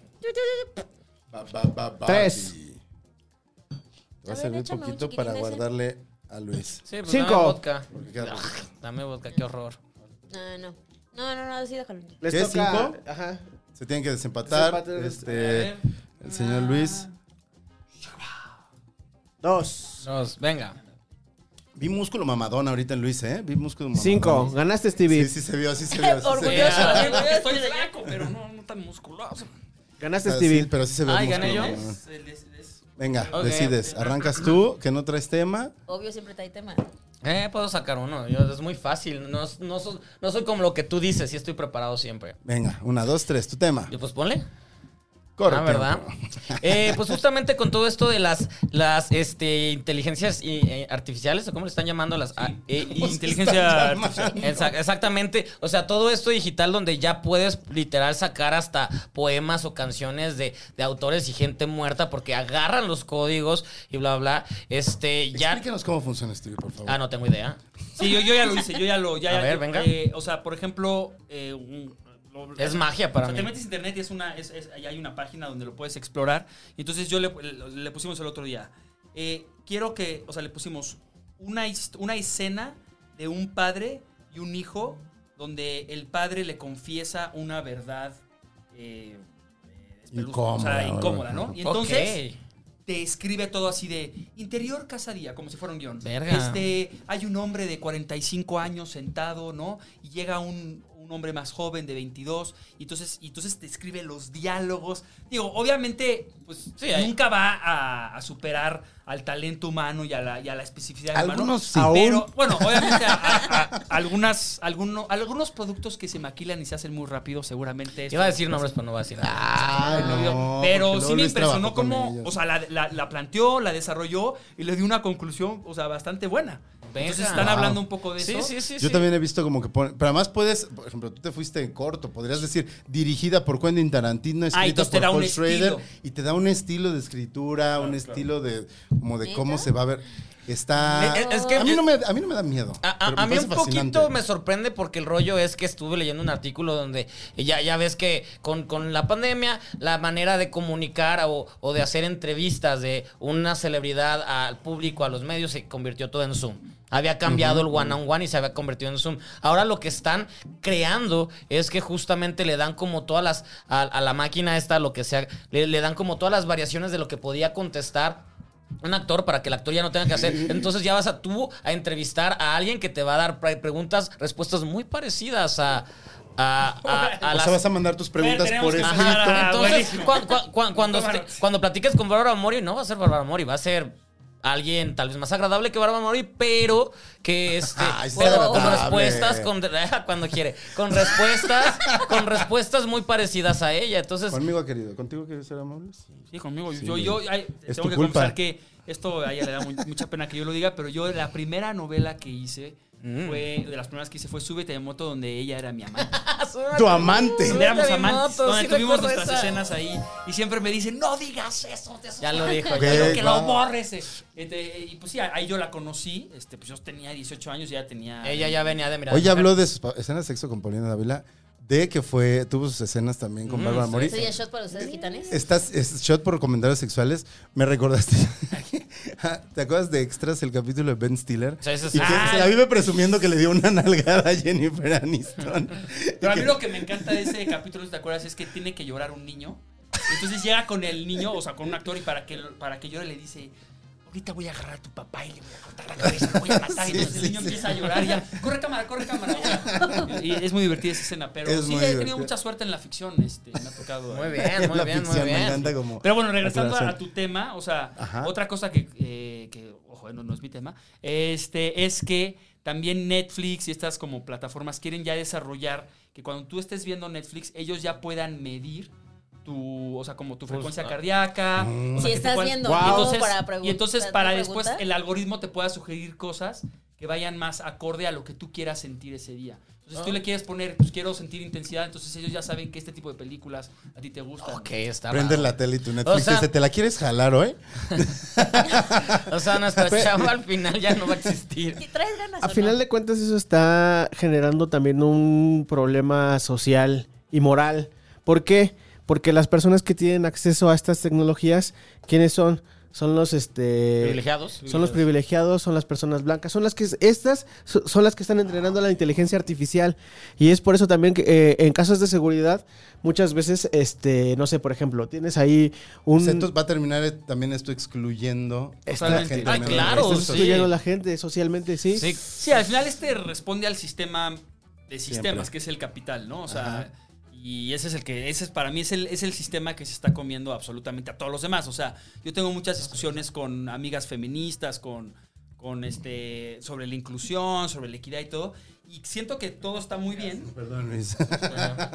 Ba, ba, ba, ba, Tres. sí. Va a ver, servir échame un poquito chiquitín para de ese. guardarle a Luis. Sí, pues Cinco. dame vodka. Porque queda poquito. Dame vodka, qué horror. No, no. No, no, no, sí, déjalo. Les ¿Qué, toca. cinco? Ajá. Se tienen que desempatar. Desempate, Este, eh. el señor Luis. Dos. Dos, venga. Vi músculo mamadón ahorita en Luis, ¿eh? Vi músculo mamadón. Cinco. Ganaste, Stevie. Sí, sí se vio, sí se vio. sí se Orgulloso. vio. Ah. ¿eh? Estoy flaco, pero no, no tan musculoso. Ganaste, Ah, sí, Stevie. pero sí se ve Ay, el gané músculo yo. mamadón. Es- es- es- Venga, Ok. decides. Arrancas tú, que no traes tema. Obvio, siempre trae tema. Eh, puedo sacar uno. Yo- es muy fácil. No, no, so- no soy como lo que tú dices y estoy preparado siempre. Venga, una, dos, tres, tu tema. Y pues ponle. Corre. Ah, ¿verdad? Eh, pues justamente con todo esto de las, las este, inteligencias i- eh, artificiales, o cómo le están llamando las A- E- I- Inteligencia artificial. Exac- exactamente. O sea, todo esto digital donde ya puedes literal sacar hasta poemas o canciones de, de autores y gente muerta porque agarran los códigos y bla, bla. Este, ya... Explíquenos cómo funciona esto, por favor. Ah, no tengo idea. Sí, yo, yo ya lo hice, yo ya lo. Ya, A ya- ver, yo- venga. eh, o sea, por ejemplo, eh, un- lo- Es magia para o sea, mí. te metes a internet y es una, es, es- ahí hay una página donde lo puedes explorar. Y entonces yo le, le pusimos el otro día. eh, quiero que, o sea, le pusimos una, his- una escena de un padre y un hijo donde el padre le confiesa una verdad. eh, eh, espeluz- o sea, Incómoda, incómoda, ¿no? ¿verdad? Y entonces Ok. te escribe todo así de interior casadía, como si fuera un guión. Verga. Este, hay un hombre de 45 años sentado, ¿no? Y llega un, un hombre más joven de 22, y entonces, y entonces te escribe los diálogos. Digo, obviamente, pues Sí, hay- nunca va a, a superar al talento humano y a la, y a la especificidad humana. Algunos sí. Pero, bueno, obviamente, a- a- a- algunas, alguno- algunos productos que se maquilan y se hacen muy rápido, seguramente. esto- Iba a decir nombres, pero no voy a decir nada. Ah. Ay, no, pero porque luego sí me Luis impresionó trabajó con cómo, ellos. o sea, la, la- la planteó, la desarrolló y le dio una conclusión, o sea, bastante buena. Entonces Venga. están Wow. hablando un poco de Sí, eso. sí, sí. Yo sí. también he visto como que ponen. Pero además puedes, por ejemplo, tú te fuiste en corto, podrías decir dirigida por Quentin Tarantino, escrita entonces te por da un Paul Schrader, estilo. y te da un estilo de escritura, un estilo de como de cómo ¿Neta? se va a ver. Está. Es- es Eh, que- a, mí no me, a mí no me da miedo. A, a- pero me a mí un parece fascinante. poquito me sorprende porque el rollo es que estuve leyendo un artículo donde ya, ya ves que con, con la pandemia la manera de comunicar o, o de hacer entrevistas de una celebridad al público, a los medios, se convirtió todo en Zoom. Había cambiado el one-on-one y se había convertido en Zoom. Ahora lo que están creando es que justamente le dan como todas las, a, a la máquina esta, lo que sea, le- le dan como todas las variaciones de lo que podía contestar un actor para que el actor ya no tenga que hacer. Entonces ya vas a tú a entrevistar a alguien que te va a dar pre- preguntas, respuestas muy parecidas a, a, a- a o las- sea, vas a mandar tus preguntas Tenemos por que eso. mandar a- Ah, Entonces, buenísimo. cua- cua- cua- cuando, Qué este- bárbaro. cuando platiques con Bárbara Mori, no va a ser Bárbara Mori, va a ser alguien tal vez más agradable que Bárbara Mori, pero que este, Ay, sí, pero con agradable. respuestas, con, cuando quiere, con respuestas, con respuestas muy parecidas a ella. Entonces, Conmigo, querido. ¿Contigo quieres ser amable? Sí, conmigo. Sí. Yo, yo ay, Es tu tengo que culpa. confesar que esto a ella le da mu- mucha pena que yo lo diga, pero yo la primera novela que hice Mm. fue, de las primeras que hice fue Súbete de moto, donde ella era mi amante. Tu amante. Donde éramos Súbete a mi amantes, moto, donde sí tuvimos recuerdo nuestras esa. escenas ahí. Y siempre me dicen, no digas eso, te ya lo dijo. Ok. ya lo- que va. lo borres. eh. Este, y pues sí, ahí yo la conocí. Este, pues yo tenía 18 años, ya tenía. Ella ya venía de mirar. Hoy ya habló de sus pa- escenas de sexo con Paulina Dávila, de que fue, tuvo sus escenas también Mm, con Bárbara Mori. ¿Sería shot para ustedes, gitanes? Estás es shot por comentarios sexuales. Me recordaste. ¿Te acuerdas de Extras, el capítulo de Ben Stiller? Sí, sí, y sí. que se la vive presumiendo que le dio una nalgada a Jennifer Aniston. Pero a mí lo que me encanta de ese capítulo, ¿te acuerdas? Es que tiene que llorar un niño. Entonces llega con el niño, o sea, con un actor, y para que, para que llore le dice. Ahorita voy a agarrar a tu papá y le voy a cortar la cabeza, lo voy a matar. Sí, y entonces el sí, niño sí. empieza a llorar y ya, corre cámara, corre cámara. ya. Y es muy divertida esa escena, pero Es sí muy he tenido divertida. mucha suerte en la ficción. Este, me ha tocado. Muy bien, muy la bien, muy ficción me encanta bien. como. Pero bueno, regresando a aclaración. tu tema, o sea, Ajá. otra cosa que, eh, que, ojo, no, no es mi tema, este, es que también Netflix y estas como plataformas quieren ya desarrollar que cuando tú estés viendo Netflix, ellos ya puedan medir tu, o sea, como tu frecuencia ah. cardíaca. Mm. o sea, Si que te estás puedan- viendo Y algo entonces, para y pregun- entonces para para otra después pregunta. el algoritmo te pueda sugerir cosas que vayan más acorde a lo que tú quieras sentir ese día. Entonces Ah. tú le quieres poner, pues quiero sentir intensidad, entonces ellos ya saben que este tipo de películas a ti te gustan. Ok, está Prende bravo. la tele y tu Netflix. Ah. O sea- dice, ¿Te la quieres jalar hoy? O sea, nuestra chava al final ya no va a existir. Sí, ¿Traes ganas A o no? final de cuentas eso está generando también un problema social y moral. ¿Por qué? Porque las personas que tienen acceso a estas tecnologías, ¿quiénes son? Son los este ¿Privilegiados? Son los privilegiados, son las personas blancas, son las que estas so- son las que están entrenando la inteligencia artificial y es por eso también que eh, en casos de seguridad muchas veces este no sé por ejemplo tienes ahí un O sea, entonces va a terminar eh, también esto excluyendo a la Totalmente. gente. Ah, ¿no? claro, Eso es- sí. excluyendo a Este, la gente socialmente sí, Sí, Sí, al final este responde al sistema de sistemas, Siempre. que es el capital, ¿no? O sea, y ese es el que, ese es para mí es el, es el sistema que se está comiendo absolutamente a todos los demás. O sea, yo tengo muchas discusiones con amigas feministas, con, con este, sobre la inclusión, sobre la equidad y todo. Y siento que todo está muy bien, Perdón, Luis.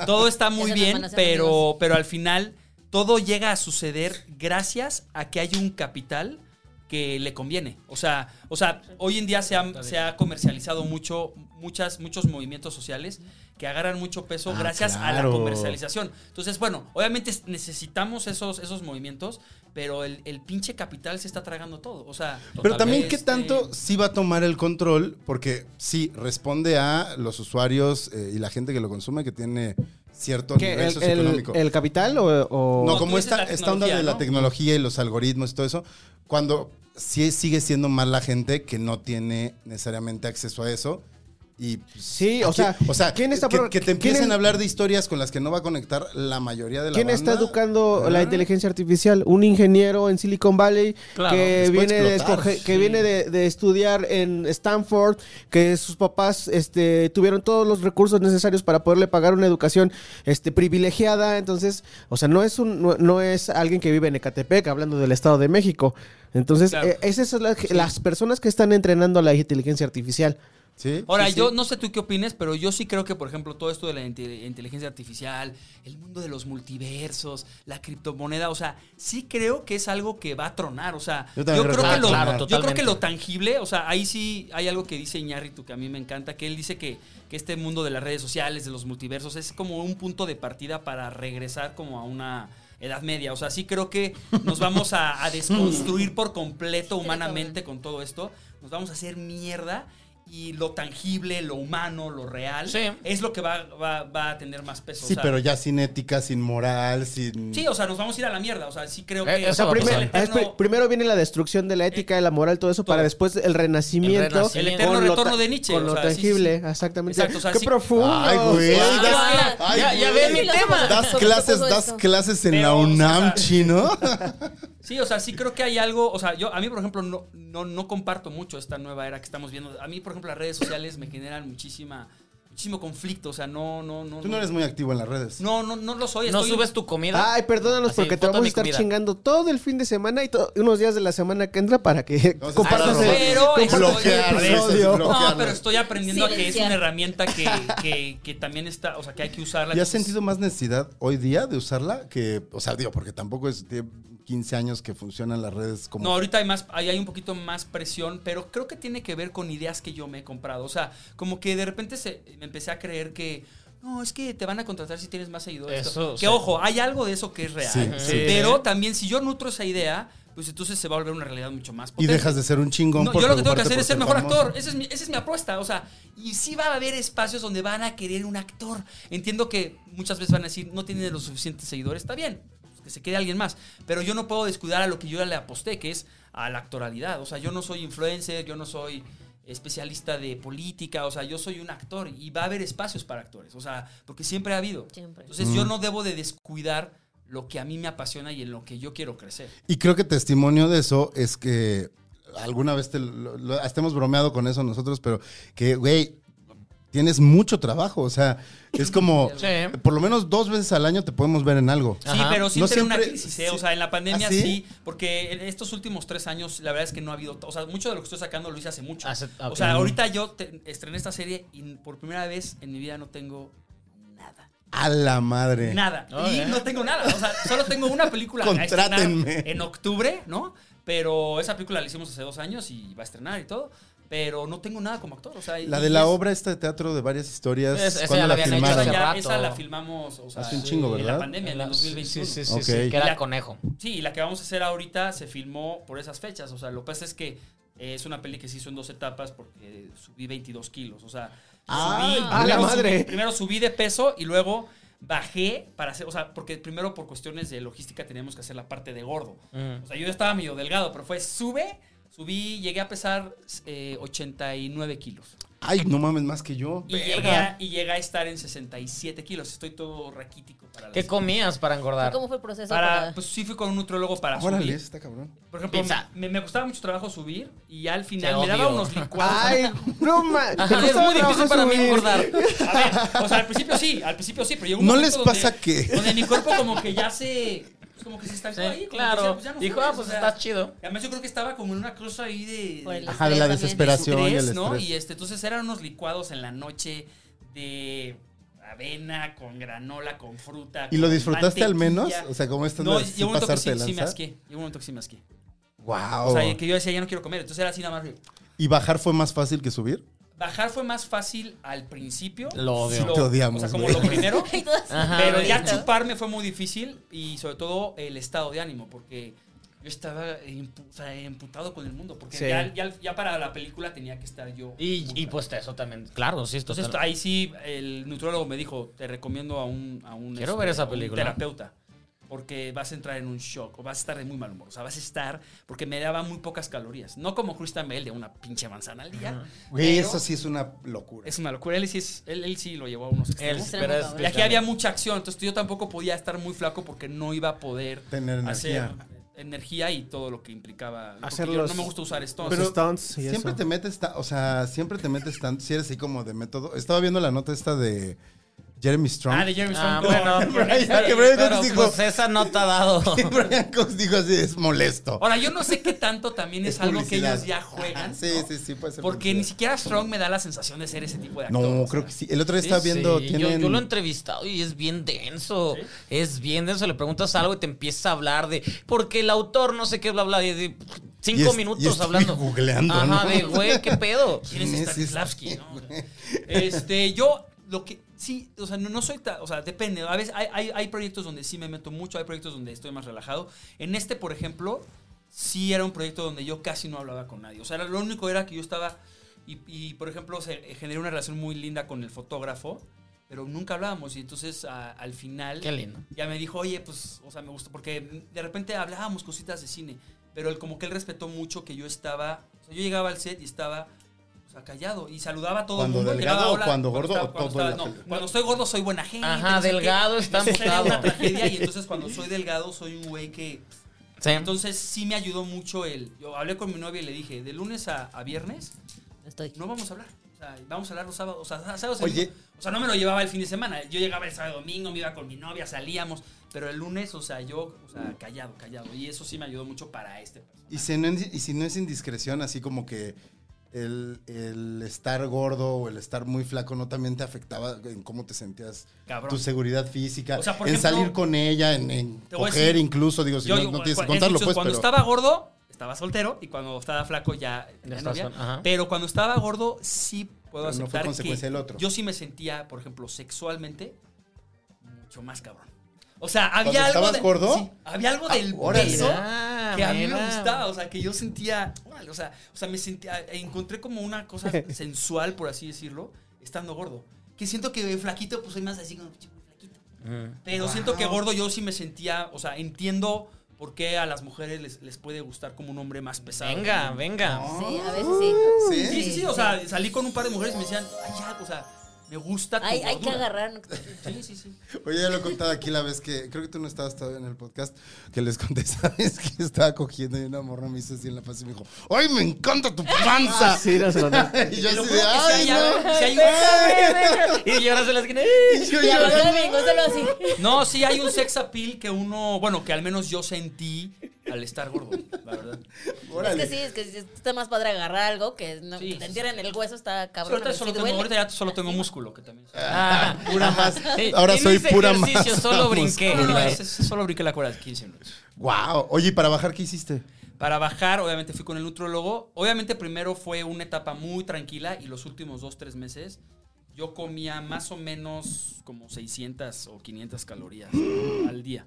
todo está Eso muy nos bien, van a hacer pero, pero al final todo llega a suceder gracias a que hay un capital que le conviene. O sea, o sea hoy en día se ha, se ha comercializado mucho, muchas, muchos movimientos sociales que agarran mucho peso Ah, gracias a la claro. comercialización. Entonces, bueno, obviamente necesitamos esos, esos movimientos, pero el, el pinche capital se está tragando todo. O sea, Pero también, este- ¿qué tanto sí va a tomar el control? Porque sí, responde a los usuarios eh, y la gente que lo consume que tiene cierto ¿Qué, nivel el, el, socioeconómico. el capital o, o- no, tú como dices esta, la esta onda de tecnología, la ¿no? tecnología y los algoritmos y todo eso, cuando sí sigue siendo más la gente que no tiene necesariamente acceso a eso. Y pues, Sí, o aquí- sea, o sea ¿quién está que, pro- que te quién empiecen es- a hablar de historias con las que no va a conectar la mayoría de la ¿Quién está banda. educando Ah. la inteligencia artificial? Un ingeniero en Silicon Valley Claro, que, les puede viene de, explotar, escoger- que sí. viene de, de estudiar en Stanford, que sus papás este, tuvieron todos los recursos necesarios para poderle pagar una educación este, privilegiada. Entonces, o sea, no es, un, no, no es alguien que vive en Ecatepec, hablando del Estado de México. Entonces, Claro. eh, esas son las, las personas que están entrenando a la inteligencia artificial. Sí, Ahora, sí, sí. yo no sé tú qué opines, pero yo sí creo que, por ejemplo, todo esto de la inte- inteligencia artificial, el mundo de los multiversos, la criptomoneda, o sea, sí creo que es algo que va a tronar. O sea, Yo yo, también creo creo, que que va lo, a tronar. yo Claro, creo totalmente. que lo tangible, o sea, ahí sí hay algo que dice Iñárritu que a mí me encanta, que él dice que, que este mundo de las redes sociales, de los multiversos, es como un punto de partida para regresar como a una edad media. O sea, sí creo que nos vamos a, a desconstruir por completo humanamente con todo esto. Nos vamos a hacer mierda. Y lo tangible, lo humano, lo real, Sí. es lo que va, va- va a tener más peso. Sí, o sea, pero ya sin ética, sin moral, sin... Sí, o sea, nos vamos a ir a la mierda. O sea, sí creo Eh, que. o sea, o sea, primero- el Ah, es pri- eterno, primero viene la destrucción de la ética, de la moral, todo eso, para todo. después el renacimiento. El renacimiento. el eterno con lo retorno ta- de Nietzsche. Con o lo sea, sí, sí, tangible, sí. exactamente. Exacto, o sea, Qué sí- profundo. Ay, güey. Ah, das- ah, ay, ya- güey. ya ven mi Filósofos, tema. Das filósofos, clases, todo das esto. clases en la Pero, o sea, UNAM, chino. Sí, o sea, sí creo que hay algo, o sea, yo a mí por ejemplo no, no, no comparto mucho esta nueva era que estamos viendo. A mí por ejemplo las redes sociales me generan muchísima muchísimo conflicto. O sea, no, no, no. Tú no eres muy activo en las redes. No, no, no lo soy. No estoy- subes tu comida. Ay, perdónanos Así, porque te foto de vamos a mi estar comida. chingando todo el fin de semana y to- unos días de la semana que entra para que No, se compartas está el, raro. Pero compartas el estoy- episodio. Bloquearlo. No, pero estoy aprendiendo a que es Silenciar. una herramienta que, que, que también está, o sea, que hay que usarla. ¿Y has sentido más necesidad hoy día de usarla? Que, o sea, digo, porque tampoco es de 15 años que funcionan las redes como... No, ahorita hay más, hay, hay un poquito más presión, pero creo que tiene que ver con ideas que yo me he comprado. O sea, como que de repente se, me empecé a creer que. No, es que te van a contratar si tienes más seguidores. Eso, que sí. ojo, hay algo de eso que es real. Sí, sí. Pero también si yo nutro esa idea, pues entonces se va a volver una realidad mucho más Y potente. dejas de ser un chingón No, por yo lo que tengo que preocuparte hacer por es ser mejor famoso. actor. Esa es, mi, esa es mi apuesta. O sea, y sí va a haber espacios donde van a querer un actor. Entiendo que muchas veces van a decir, no tiene los suficientes seguidores. Está bien, pues, que se quede alguien más. Pero yo no puedo descuidar a lo que yo ya le aposté, que es a la actoralidad. O sea, yo no soy influencer, yo no soy especialista de política, o sea, yo soy un actor y va a haber espacios para actores, o sea, porque siempre ha habido. Siempre. Entonces yo no debo de descuidar lo que a mí me apasiona y en lo que yo quiero crecer. Y creo que testimonio de eso es que alguna vez te lo- lo- hasta hemos bromeado con eso nosotros, pero que, güey, tienes mucho trabajo. O sea, es como, Sí. Eh, por lo menos dos veces al año te podemos ver en algo. Sí, Ajá. pero sí No tener una siempre- crisis, ¿eh? sí. O sea, en la pandemia ¿Ah, sí? sí? porque en estos últimos tres años la verdad es que no ha habido... O sea, mucho de lo que estoy sacando lo hice hace mucho. Hace- O sea, ok. ahorita yo te- estrené esta serie y por primera vez en mi vida no tengo A la madre. nada. Ah, y ¿eh? no tengo nada. O sea, solo tengo una película. a estrenar Contrátenme. En octubre, ¿no? Pero esa película la hicimos hace dos años y va a estrenar y todo. Pero no tengo nada como actor. O sea, La y de la es- obra esta de teatro de varias historias. Es- esa ¿cuándo ya la habían hecho Esa, filmaron? hace ya- rato. esa la filmamos o sea, Hace un chingo, en ¿verdad? la pandemia, en el 2021. Sí, sí, sí, Ok. sí, que Ya- era conejo. Sí, y la que vamos a hacer ahorita se filmó por esas fechas. O sea, lo que pasa es que eh, es una peli que se hizo en dos etapas porque subí 22 kilos. O sea, Ay, subí- a la primero madre. subí- primero subí de peso y luego bajé para hacer. O sea, porque primero por cuestiones de logística teníamos que hacer la parte de gordo. Mm. O sea, yo ya estaba medio delgado, pero fue sube, subí, llegué a pesar eh, 89 kilos. Ay, no mames, más que yo. Y llegué, a, y llegué a estar en 67 kilos. Estoy todo raquítico para la ¿Qué comías para engordar? ¿Cómo fue el proceso? para, Para, pues sí fui con un nutriólogo para Órale, subir. está cabrón. Por ejemplo, Pizza. me, me gustaba mucho trabajo subir y ya al Te final me odio. daba unos licuados. Ay, no ma- Ajá, te es costaba muy difícil trabajo para mí subir. engordar. A ver, o sea, al principio sí, al principio sí, pero llegó un ¿No momento les pasa donde, que- Donde mi cuerpo como que ya se... pues, como que se estancó Sí, ahí. como que decía, claro. pues, ya no Dijo, subes, ah, pues o sea, estás chido. y Además yo creo que estaba como en una cosa ahí de... Por el de Ajá, de la Estrés también. desesperación y el estrés, estrés. ¿no? Y este, entonces eran unos licuados en la noche de avena, con granola, con fruta. ¿Y lo con disfrutaste al menos? mantequilla. O sea, como esta No, onda de llegó un momento que pasarte sí, de sí me lanza. asqué. Llegó un momento que sí me asqué. Wow. O sea, que yo decía, ya no quiero comer. Entonces era así nada más. de- ¿Y bajar fue más fácil que subir? Bajar fue más fácil al principio. Lo Ah, odio. Sí, te odiamos, O sea, como güey. lo primero. Y todo así. Ajá, pero güey. ya chuparme fue muy difícil y sobre todo el estado de ánimo, porque yo estaba impu- o sea, emputado con el mundo, porque Sí. ya, ya- ya para la película tenía que estar yo. Y, muy y pues eso también. Claro, sí, esto entonces ahí sí el nutriólogo me dijo, te recomiendo a un, a un, este, Quiero ver esa a un película. terapeuta. Porque vas a entrar en un shock o vas a estar de muy mal humor. O sea, vas a estar porque me daba muy pocas calorías. No como Christian Bale de una pinche manzana al día. Güey, pero eso sí es una locura. Es una locura. Él sí, es- él, él sí lo llevó a unos Él, extremos. Extremo, pero es cabrón. Y aquí había mucha acción, entonces yo tampoco podía estar muy flaco porque no iba a poder Tener energía. hacer energía y todo lo que implicaba. porque Hacer yo los- no me gusta usar esto. Pero- stunts y siempre eso. te metes, ta- o sea, siempre te metes tanto, si eres así como de método. Estaba viendo la nota esta de Jeremy Strong. ah, de Jeremy Ah, Strong. bueno. Con- Brian- que Brian Pero Cox dijo- pues esa no te ha dado. Que Brian Cox dijo así, es molesto. Ahora, yo no sé qué tanto también es, Es algo que publicidad. ellos ya juegan. Ajá, sí, ¿no? sí, sí, puede ser Porque publicidad. ni siquiera Strong me da la sensación de ser ese tipo de actor. No, o sea. creo que sí. El otro día Sí, estaba viendo, sí. tienen... yo, yo lo he entrevistado y es bien denso. Es bien denso. Le preguntas algo y te empieza a hablar de. Porque el autor no sé qué, bla, bla. y- y- Y cinco es- y minutos estoy hablando. googleando, Ajá, ¿no? de güey, qué pedo. ¿Quién es ¿Quién es Stanislavski, no? Este, yo lo que sí, o sea, no, no soy, ta- o sea, depende. A veces hay, hay- hay proyectos donde sí me meto mucho, hay proyectos donde estoy más relajado. En este, por ejemplo, sí era un proyecto donde yo casi no hablaba con nadie. O sea, era- lo único era que yo estaba y, y, por ejemplo, se eh, generó una relación muy linda con el fotógrafo, pero nunca hablábamos y entonces a- al final Qué lindo. ya me dijo, oye, pues, o sea, me gustó, porque de repente hablábamos cositas de cine, pero él como que él respetó mucho que yo estaba, o sea, yo llegaba al set y estaba, o sea, callado y saludaba a todo ¿Cuando el mundo. delgado llegaba, o cuando gordo estaba- o cuando todo en estaba- la no, película? cuando estoy gordo soy buena gente. Ajá, no sé qué. delgado está Entonces, era una amputado. tragedia y entonces cuando soy delgado soy un güey que... Sí. Entonces sí me ayudó mucho el... Yo hablé con mi novia y le dije, de lunes a- a viernes Estoy. no vamos a hablar. sea, vamos a hablar los sábados. O sea, sábados Oye. o sea, no me lo llevaba el fin de semana. Yo llegaba el sábado domingo, me iba con mi novia, salíamos. Pero el lunes, o sea, yo, o sea, callado, callado. Y eso sí me ayudó mucho para este. Y si no, y si no es indiscreción, así como que el, el estar gordo o el estar muy flaco no también te afectaba en cómo te sentías, Cabrón. tu seguridad física, O sea, por en ejemplo, salir con ella, en, en te voy a coger decir, incluso, digo, si pues, Yo, no, yo, no tienes que cua- contarlo, entonces, pues, cuando pero estaba gordo, estaba soltero. Y cuando estaba flaco, ya tenía estás novia. sol- ajá. Pero cuando estaba gordo, sí Pero puedo no fue aceptar consecuencia que del otro. yo sí me sentía, por ejemplo, sexualmente mucho más cabrón. O sea, había ¿Cuando algo estabas de- gordo? sí, había algo Ah, del órale. beso Ah, que a mí me mira. gustaba, o sea, que yo sentía, órale, o sea, o sea, me sentía, encontré como una cosa sensual, por así decirlo, estando gordo. Que siento que flaquito, pues soy más así como "Pinche güey flaquito. Mm. Pero siento que gordo yo sí me sentía, o sea, entiendo por qué a las mujeres les, les puede gustar como un hombre más pesado. Venga, venga. Sí, a veces sí. ¿Sí? Sí, sí, sí, o sea, salí con un par de mujeres y me decían, ay, ya, o sea, me gusta tu Hay, hay que gordura". agarrar. Sí, sí, sí. Oye, ya lo he contado aquí la vez que, creo que tú no estabas todavía en el podcast, que les conté, ¿sabes? Que estaba cogiendo y una morra me hizo así en la face y me dijo, ¡ay, me encanta tu panza! Sí, no se lo Y yo Te así lo juro de, que ¡ay, sí hay algo- no! sí hay un- Y lloras en la esquina. Y yo Y a llorando. Gonzalo, y Gonzalo así. No, sí hay un sex appeal que uno, bueno, que al menos yo sentí al estar gordo, la verdad. Es Órale. que sí, es que sí, está más padre agarrar algo que, no, Sí, que te sí, entierren el hueso, está Sí, cabrón. ahorita, pero solo sí tengo, duele. ahorita ya solo tengo músculo, que también. Ah, Pura más. Sí, Ahora y no soy hice pura más. ejercicio, solo brinqué. No, no, ese- ese solo brinqué la cuerda de 15 minutos. Wow. Oye, ¿y para bajar qué hiciste? Para bajar, obviamente fui con el nutrólogo. Obviamente primero fue una etapa muy tranquila y los últimos dos, tres meses yo comía más o menos como 600 o 500 calorías al día.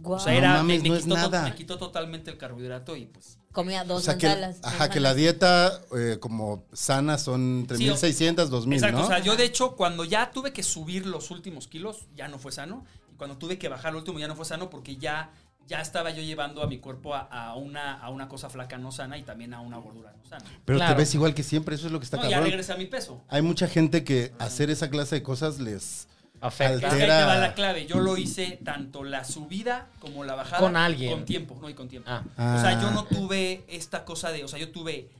Guau. O sea, No era, mames, me, no me es quitó to- nada. me quitó totalmente el carbohidrato y pues Comía O dos sea, que, mandalas. ajá, que la dieta eh, como sana son 3.600, 2.000, Exacto, ¿no? o sea, yo de hecho cuando ya tuve que subir los últimos kilos ya no fue sano y cuando tuve que bajar el último ya no fue sano porque ya ya estaba yo llevando a mi cuerpo a, a una, a una cosa flaca no sana y también a una gordura no sana. Pero Claro. te ves igual que siempre, eso es lo que está No, ya cabrón. regresé a mi peso. Hay mucha gente que hacer esa clase de cosas les... Afecta. Es que ahí te Era- va la clave. Yo lo hice tanto la subida como la bajada. Con alguien. Con tiempo, no, y con tiempo. Ah. O sea, yo Ah. no tuve esta cosa de, o sea, yo tuve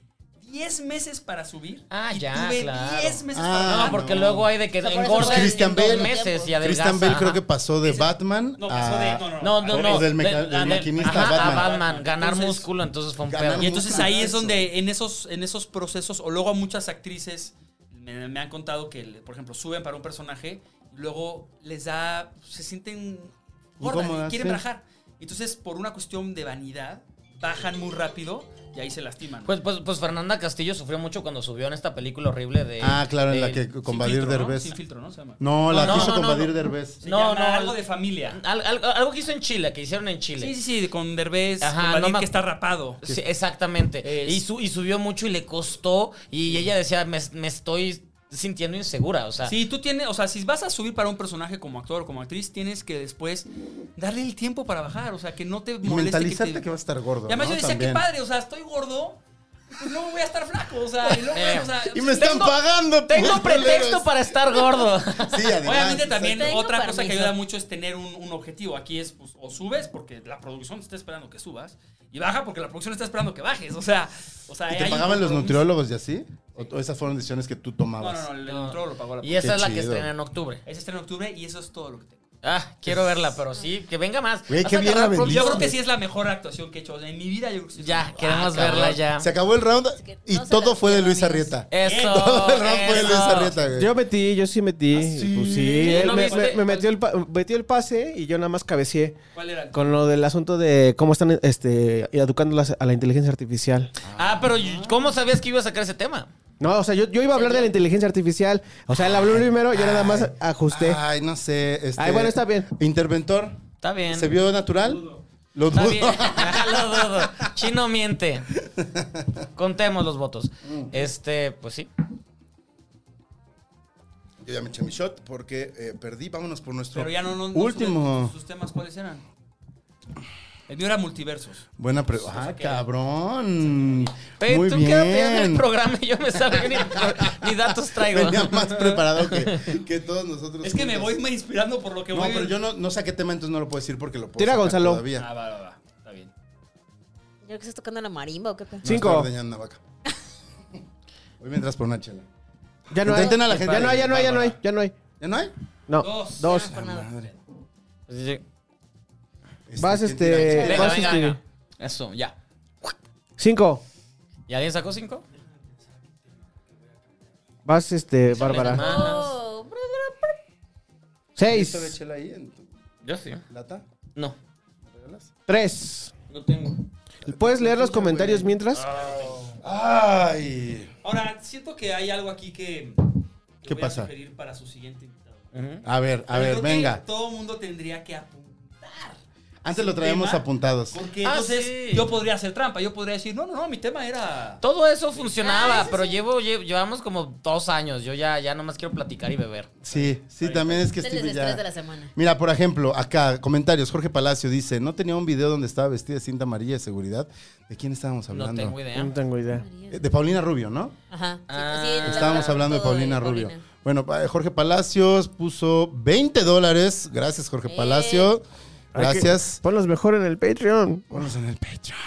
10 meses para subir. Ah, y ya, tuve claro. 10 meses Ah, para No, Ah, bajar. porque no. luego hay de que O sea, por eso engorda fue en Christian dos Bale. meses y adelgaza. Christian Bale creo ajá. que pasó de Ese- Batman No, a... pasó de- no, no, No, no, O no. del meca- de- la del de- maquinista ajá, Batman. a Batman. Ganar Entonces- músculo, entonces fue un Ganar pedo. Y entonces Mucho ahí es eso. donde en esos, en esos procesos, o luego a muchas actrices me, me han contado que, por ejemplo, suben para un personaje y luego les da, se sienten gordas y Incómodas, quieren sí. bajar. Entonces, por una cuestión de vanidad, bajan muy rápido y ahí se lastiman. Pues, pues, pues Fernanda Castillo sufrió mucho cuando subió en esta película horrible de. Ah, claro, en la de- que Sin con Badir filtro, ¿no? Derbez. Sin filtro, ¿no? Se llama. No, la No, quiso no, con no, Badir no. Derbez. Se No, llama no, algo el- de familia. Al- algo, algo que hizo en Chile, que hicieron en Chile. Sí, sí, sí, con Derbez, Ajá, con no Vadir me que ac- está rapado. Sí, exactamente. Es- Y, su- y subió mucho y le costó. Y ella decía, me, me estoy sintiendo insegura. O sea, Sí, tú tienes, o sea, si vas a subir para un personaje como actor o como actriz, tienes que después darle el tiempo para bajar, o sea, que no te Y moleste. mentalizarte que, te- vas a estar gordo. este Y además ¿no? yo decía, También. qué padre, o sea, estoy gordo, pues luego voy a estar flaco, o sea, y luego, Eh, o sea, Y me están Tengo- pagando. tengo putos pretexto culeros. para estar gordo. Sí, además. Obviamente exacto. también Tengo otra cosa que permiso. ayuda mucho es tener un, un objetivo. Aquí es, pues, o subes porque la producción te está esperando que subas, y baja porque la producción está esperando que bajes, o sea, o sea, ¿Y hay ¿Te un pagaban los compromiso. nutriólogos y así? ¿O o esas fueron decisiones que tú No, tomabas? no, no, el No. nutriólogo lo pagó la Y esa Qué es la que chido. estrena en octubre. Ese estreno en octubre y eso es todo lo que tengo. Ah, quiero verla, pero sí, que venga más. Güey, Vas qué a bien agarrar la pronto. Listo. Yo creo que sí es la mejor actuación que he hecho o sea, en mi vida. Yo creo que sí es la Ya, mejor. Ah, queremos Cabrón. verla ya. Se acabó el round que no y se todo las fue de pierdan, Luis amigos. Arrieta. Eso. Todo el round fue de Luis eso. Arrieta, güey. Yo metí, yo sí metí. sí? Pues Sí, sí, él no me, viste. me- me metió, el pa- metió el pase y yo nada más cabeceé ¿Cuál era? con lo del asunto de cómo están este, educándolas a la inteligencia artificial. Ah, pero y- ¿cómo sabías que iba a sacar ese tema? No, o sea, yo, yo iba a hablar de la inteligencia artificial. O sea, él habló primero, yo nada más ajusté. Ay, no sé. este, Ay, bueno, está bien. Interventor. Está bien. ¿Se vio natural? Lo Está dudo. bien. Lo dudo. Chino miente. Contemos los votos. Mm. Este, pues sí. Yo ya me eché mi shot porque eh, perdí. Vámonos por nuestro Pero ya no, no, no último. supe ¿Sus temas cuáles eran? El mío era multiversos. Buena pregunta. Ah, cabrón. Pero Muy tú bien. quédate en el programa y yo me sabía ni, ni datos traigo. Venía más preparado que, que todos nosotros. Es que me juntos. voy me inspirando por lo que No, voy pero yo viendo. no, no saqué tema, entonces no lo puedo decir porque lo puedo Tira, sacar Gonzalo. todavía. Ah, va, va, va. Está bien. Yo creo que estás tocando la marimba o qué pedo. No, Cinco. estoy ordeñando una vaca. Hoy me entras por una chela. Ya no hay. Contenten a la Ya gente. no hay, ya no hay, ya no hay, ya no hay. ¿Ya no hay? No, Dos. dos. Por nada. Madre. Pues Sí, sí. Eh, Vas, ¿quién este, tira? Venga, vas, venga, este, venga. Eso, ya. Cinco. ¿Y alguien sacó cinco? Vas, este, Venga, Bárbara. más. Oh, bra, bra, bra. ¿Esto de Seis. chela ahí en tu Yo sí. lata? No. ¿Me regalas? Tres. No tengo. ¿Puedes leer los comentarios mientras? Ay. Ahora, siento que hay algo aquí que. que ¿Qué voy a pasa? sugerir para su siguiente invitado. A ver, a Yo ver, creo que venga. Todo mundo tendría que apuntar. Antes lo traíamos tema. apuntados. Porque Ah, entonces sí. yo podría hacer trampa. Yo podría decir, no, no, no, mi tema era. Todo eso Ah, funcionaba, pero llevo, lle- llevamos como dos años. Yo ya, ya nomás quiero platicar y beber. Sí, sí, también es que Es el estoy desestrés ya. de la semana. Mira, por ejemplo, acá, comentarios. Jorge Palacio dice: No tenía un video donde estaba vestida de cinta amarilla de seguridad. ¿De quién estábamos hablando? No tengo idea. No tengo idea. Eh, De Paulina Rubio, ¿no? Ajá. sí, Ah. sí, nos Estábamos hablaron hablando de todo Paulina Rubio. Bueno, pa- eh, Jorge Palacios puso 20 dólares. Gracias, Jorge Eh. Palacio. Hay que- Gracias. Ponlos mejor en el Patreon. Ponlos en el Patreon.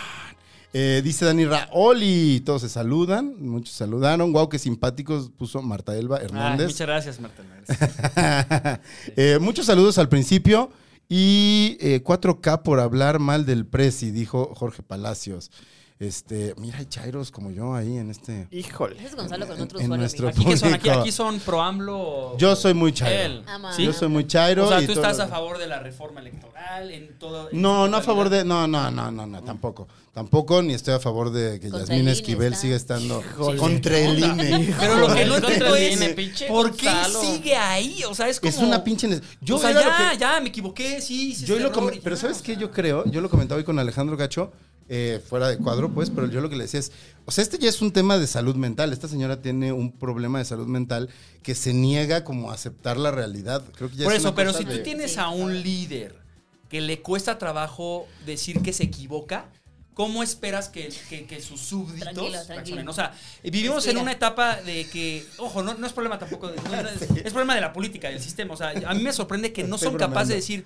Eh, dice Dani Raoli. Todos se saludan. Muchos saludaron. Wow, qué simpáticos puso Marta Elba Ay, Hernández. muchas gracias, Marta. Eh, muchos saludos al principio. Y eh, 4K por hablar mal del Prezi, dijo Jorge Palacios. Este, mira, hay chairos como yo ahí en este. Híjole. Ese es Gonzalo con En- otro en usuario. nuestro- amigo. Aquí que son, aquí, Público. aquí son pro AMLO. Yo soy muy chairo. Él. Ama, Sí. Yo ama. soy muy chairo. O sea, y tú todo- estás a favor de la reforma electoral en todo. en No, su no a favor totalidad. de. No, no, no, no, no, tampoco. Tampoco, ni estoy a favor de que Contra Yasmín el INE Esquivel está. siga estando contra el INE. Pero lo que no Contra entiendo el INE, es. pinche ¿Por qué Gonzalo. sigue ahí? O sea, es como. Es una pinche. nes- Yo o sea, era lo ya, que- ya, me equivoqué, sí, este sí. Yo lo com- pero ¿sabes qué? Yo creo, yo lo comentaba hoy con Alejandro Gacho, eh, fuera de cuadro, pues, pero yo lo que le decía es, o sea, este ya es un tema de salud mental. Esta señora tiene un problema de salud mental que se niega como a aceptar la realidad. Creo que ya Por es eso, una pero cosa si de- tú tienes a un líder que le cuesta trabajo decir que se equivoca, ¿cómo esperas que, que- que sus súbditos Tranquilo, tranquilo. reaccionen? O sea, vivimos en Respira. una etapa de que, ojo, no, no es problema tampoco, de- no- no es, es problema de la política, del sistema. O sea, a mí me sorprende que no Estoy son capaces bromeando. de decir,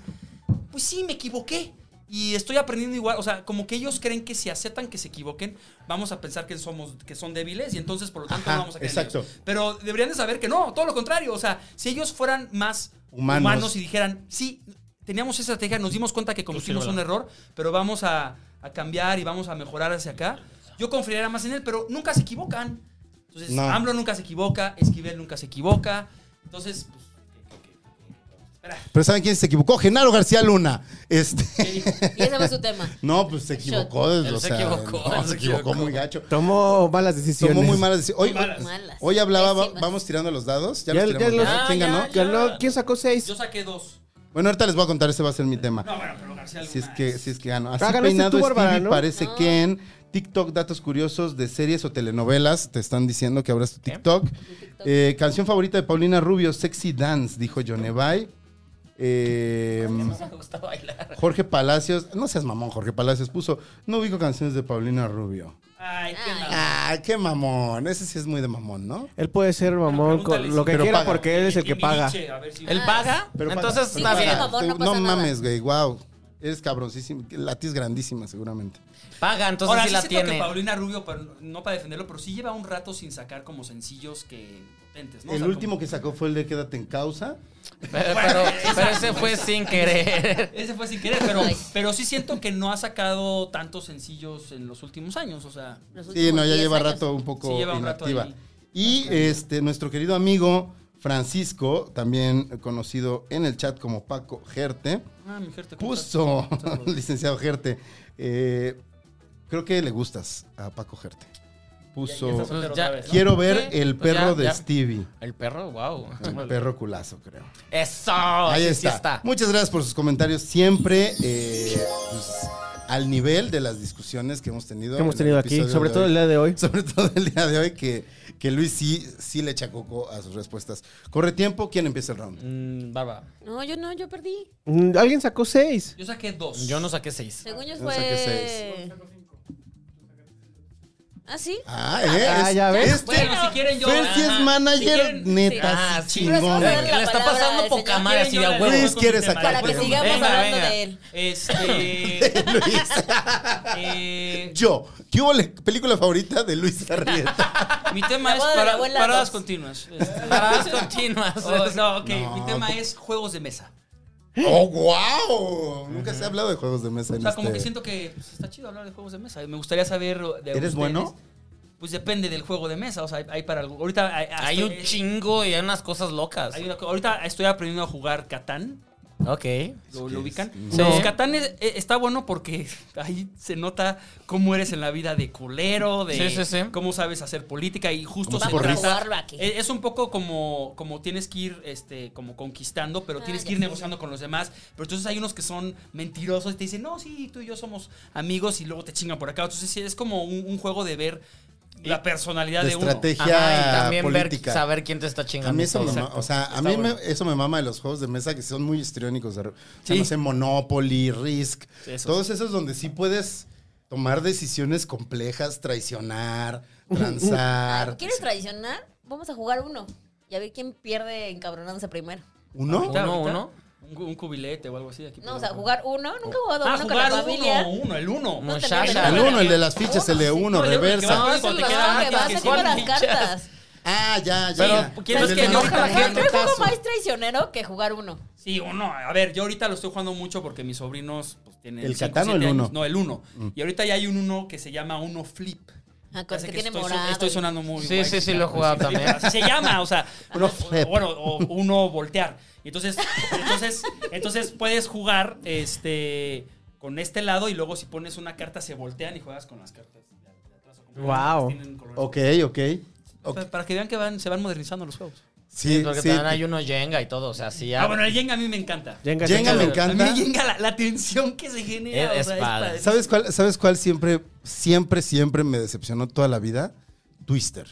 pues sí, me equivoqué. Y estoy aprendiendo igual, o sea, como que ellos creen que si aceptan que se equivoquen, vamos a pensar que somos que son débiles y entonces por lo tanto Ajá, no vamos a creer en exacto. ellos. Pero deberían de saber que no, todo lo contrario. O sea, si ellos fueran más Humanos. humanos, y dijeran, sí, teníamos esa estrategia, nos dimos cuenta que cometimos sí, un error, pero vamos a, a cambiar y vamos a mejorar hacia acá. Yo confiaría más en él, pero nunca se equivocan. Entonces, No. AMLO nunca se equivoca, Esquivel nunca se equivoca. Entonces, pues, Pero ¿saben quién se equivocó? Genaro García Luna. Este... Y ese fue su tema. No, pues se equivocó. Él o se sea, equivocó, no, él se se equivocó equivocó. muy gacho. Tomó malas decisiones. Tomó muy malas decisiones. Hoy, Malas. Malas. hoy hablaba, va- Pésimas. vamos tirando los dados. Ya, Ya- los tiramos. ya los- ¿verdad? Ah, ¿Quién ya, ganó? ya. Ganó- ¿Quién sacó seis? pues, yo saqué dos. Bueno, ahorita les voy a contar, ese va a ser mi tema. No, bueno, pero García Si es Luna que, si es que ganó. Así Ah, ganaste peinado tú, Bárbara, Stevie ¿no? parece No. que en TikTok datos curiosos de series o telenovelas te están diciendo que abras tu TikTok. Eh, canción favorita de Paulina Rubio, Sexy Dance, dijo Yonevay. Eh, Me gusta bailar. Jorge Palacios, no seas mamón, Jorge Palacios puso, no ubico canciones de Paulina Rubio. Ay, qué Ay. mal. Ah, qué mamón, ese sí es muy de mamón, ¿no? Él puede ser mamón pregúntale con lo si- que Pero quiera paga. porque él es el que paga. Timbiriche, a ver si- ¿Él paga? Entonces paga, está sí, bien. paga. favor, no Te- pasa nada. mames, güey, wow. Eres cabroncísimo, la tía es grandísima seguramente. Paga, entonces Ahora, sí sí la siento tiene. que Paulina Rubio, pero no para defenderlo, pero sí lleva un rato sin sacar como sencillos que potentes, ¿no? O el sea, último como- que sacó fue el de Quédate en Causa. Pero, pero- pero ese fue sin querer. Ese fue sin querer, pero, Ay. pero sí siento que no ha sacado tantos sencillos en los últimos años, o sea... Los Sí, últimos no, ya 10 lleva años. rato un poco Sí, lleva un rato inactiva. ahí. y este, nuestro querido amigo Francisco, también conocido en el chat como Paco Gerte, Ah, mi gente, ¿cómo estás? puso, licenciado Gerte, eh, creo que le gustas a Paco Gerte. Ya- ya Puso, está soltero Pues Ya- otra vez, ¿no? quiero ver Sí, el pues perro ya, de ya. Stevie. El perro, wow. El perro culazo, creo. Eso. Ahí sí, sí está. Muchas gracias por sus comentarios. Siempre eh, pues, al nivel de las discusiones que hemos tenido. Que hemos en el tenido aquí, episodio sobre de todo hoy. el día de hoy. Sobre todo el día de hoy que, que Luis sí, sí le echa coco a sus respuestas. Corre tiempo, ¿quién empieza el round? Mm, Bárbara. No, yo no, yo perdí. Mm, Alguien sacó seis. Yo saqué dos. Yo no saqué seis. Según yo Yo saqué fue. ¿Ah, sí? Ah, ¿eh? Ah, Es- ya ves. Este, Bueno, si quieren yo. Fer sí es Ajá. Si manager, quieren- neta, Ah, sí, sí. Pues chingón. Pero es que La está palabra pasando del poca señor. madre así a huevo. Luis quiere sacar Para que sigamos Venga, hablando venga. de él. Este. Luis. eh, Yo, ¿qué hubo la película favorita de Luis Arrieta? mi tema La es boda de la para- abuela paradas dos. continuas. Este, Paradas continuas. oh, no, ok. No. Mi tema es juegos de mesa. ¡Oh, wow! Nunca se ha hablado de juegos de mesa O en sea, como este- que siento que pues, está chido hablar de juegos de mesa. Me gustaría saber. De ¿Eres ustedes. bueno? Pues depende del juego de mesa. O sea, hay, hay para. algo- Ahorita hay, Hay un chingo. chingo y hay unas cosas locas. ahorita estoy aprendiendo a jugar Catán. Ok. ¿Lo, lo ubican? Sí. Los Catán es- eh, está bueno porque ahí se nota cómo eres en la vida de culero, de Sí, sí, sí. cómo sabes hacer política y justo Como se porrista. trata- Jugarlo aquí. Es, es un poco como, como tienes que ir este, como conquistando, pero Ah, tienes que ya ir sé. negociando con los demás. Pero entonces hay unos que son mentirosos y te dicen, no, sí, tú y yo somos amigos y luego te chingan por acá. Entonces sí, es como un, un juego de ver la personalidad de de, uno. estrategia Ajá, y también ver- política. saber quién te está a chingando. mí eso me, todo. ma- o sea, a mí me- eso me mama de los juegos de mesa que son muy histriónicos. de re- O sea, Sí. no sé, Monopoly, Risk. Eso. Todos esos donde sí puedes tomar decisiones complejas, traicionar, Ah, transar. ¿Quieres traicionar? Vamos a jugar uno. Y a ver quién pierde encabronándose primero. ¿Uno? Ahorita, Uno, ahorita, uno. Un, un cubilete o algo así. Aquí No, o podemos sea, jugar uno. Nunca he jugado Ah, uno con jugar la familia. uno, uno, el uno. No, tenía Shasha. pelota. El uno, el de las fichas, el de uno, Ah, No, yo creo que reversa. va- No, eso Cuando es te lo quedan que fichas vas que así son con las fichas. cartas. Ah, ya, ya. Pero, ya. ¿quieres El que del yo enoja haga la gente, Creo que es caso. más traicionero que jugar uno. Sí, uno. A ver, yo ahorita lo estoy jugando mucho porque mis sobrinos pues, tienen. ¿El cinco, Catán o siete el años. uno? Mm. No, el uno. Y ahorita ya hay un uno que se llama uno flip. Ah, con Ya el sé que tiene estoy, son- morado estoy y- sonando muy Sí, guay, sí, sí, ya, lo he pues, jugado sí, también. así se llama, o sea, Uno o- flip. bueno, o uno voltear. Y Entonces, entonces, entonces puedes jugar este con este lado y luego si pones una carta se voltean y juegas con las cartas. de atrás o con- Guau. tienen colores. Ok, ok. Ok. Para- Para que vean que van, se van modernizando los juegos. Sí, Porque sí. también hay uno Jenga y todo. O sea, sí. Ah, bueno, el Jenga a mí me encanta. Jenga, Jenga Jenga. me A mí encanta. me llega la, la tensión que se genera. Es- o sea, es padre. padre. ¿Sabes cuál, ¿Sabes cuál siempre, siempre, siempre me decepcionó toda la vida? Twister.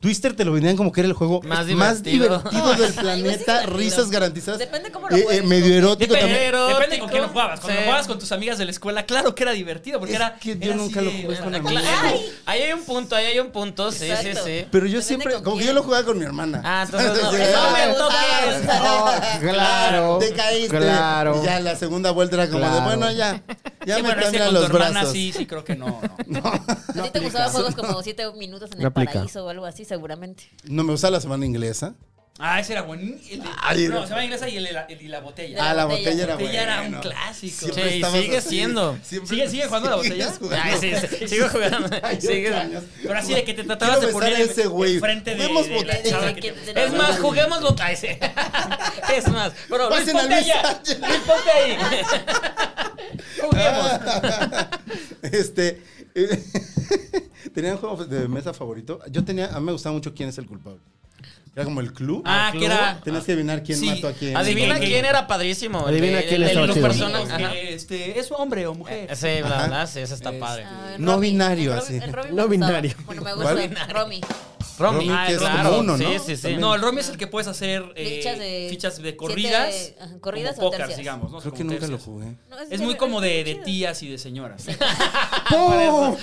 Twister te lo vendían como que era el juego más Más divertido, del divertido. Ay, no es planeta, divertido. risas garantizadas. Depende cómo lo Eh, eh, juegues, medio ¿no? erótico también. Pero. Depende con quién lo jugabas. Cuando Sí. jugabas con tus amigas de la escuela, claro que era divertido, porque Es era. que yo era nunca así lo de- jugué con Ah, amigos. claro. Ay. Ahí hay un punto, ahí hay un punto. Sí, sí, Exacto. sí. Pero yo Depende siempre, con como que yo quién. lo jugaba con mi hermana. Ah, entonces no. Entonces, eh, No ya- me toques. Oh, claro. Te caíste. Claro. Y Ya la segunda vuelta era como Claro. de, bueno, ya. Ya Sí, me bueno, es que cambian con los tu hermana brazos. sí, sí, creo que no. no. ¿A ti te gustaban juegos como siete minutos en No el aplica. paraíso o algo así, seguramente? No me gusta la semana inglesa. Ah, ese era buenísimo. Ay, No, era- se llama inglesa y, el, el- el- y la botella. Ah, la botella. botella era La botella era bueno. un clásico. Siempre Sí, estabas sigue así. siendo. Siempre- ¿Sigue- sigue jugando la sigues botella? jugando. Ay, sí, sí, sigo jugando. Ay, ocho Sigue- años. Pero así de que te tratabas Quiero de besar poner a ese güey. enfrente de, Juguemos de la botella. chava que te Es gustaba. Es más, juguémoslo. Ay, sí. Es más. Pero Luis, Pasen a ponte Luis allá. Sánchez. Luis, ponte ahí. Juguemos. Este. eh, ¿Tenían juego de mesa favorito? Yo tenía. A mí me gustaba mucho quién es el culpable. Era como el club. Ah, que era. Tenías que adivinar quién Sí. mató a quién. Adivina Sí, sí. quién era padrísimo. el Adivina de- quién el de estaba los chido. personas- que, ajá. este, ¿Es hombre o mujer? Sí, la verdad, sí, esa está Este, padre. Ah, No Romy. binario, El Romy- así. el Romy me No gustaba. binario. Bueno, me ¿Cuál? gusta. Romy. Romy, Ah, que es claro. como uno, ¿no? Sí, sí, sí. También. No, el Romy es el que puedes hacer eh, Fichas de- fichas de siete- corridas. ajá, corridas como o póker, tercias. digamos. ¿no? Creo Como que nunca lo tercias. jugué. No, Es muy como está de, de chido. tías y de señoras. ¡Pum!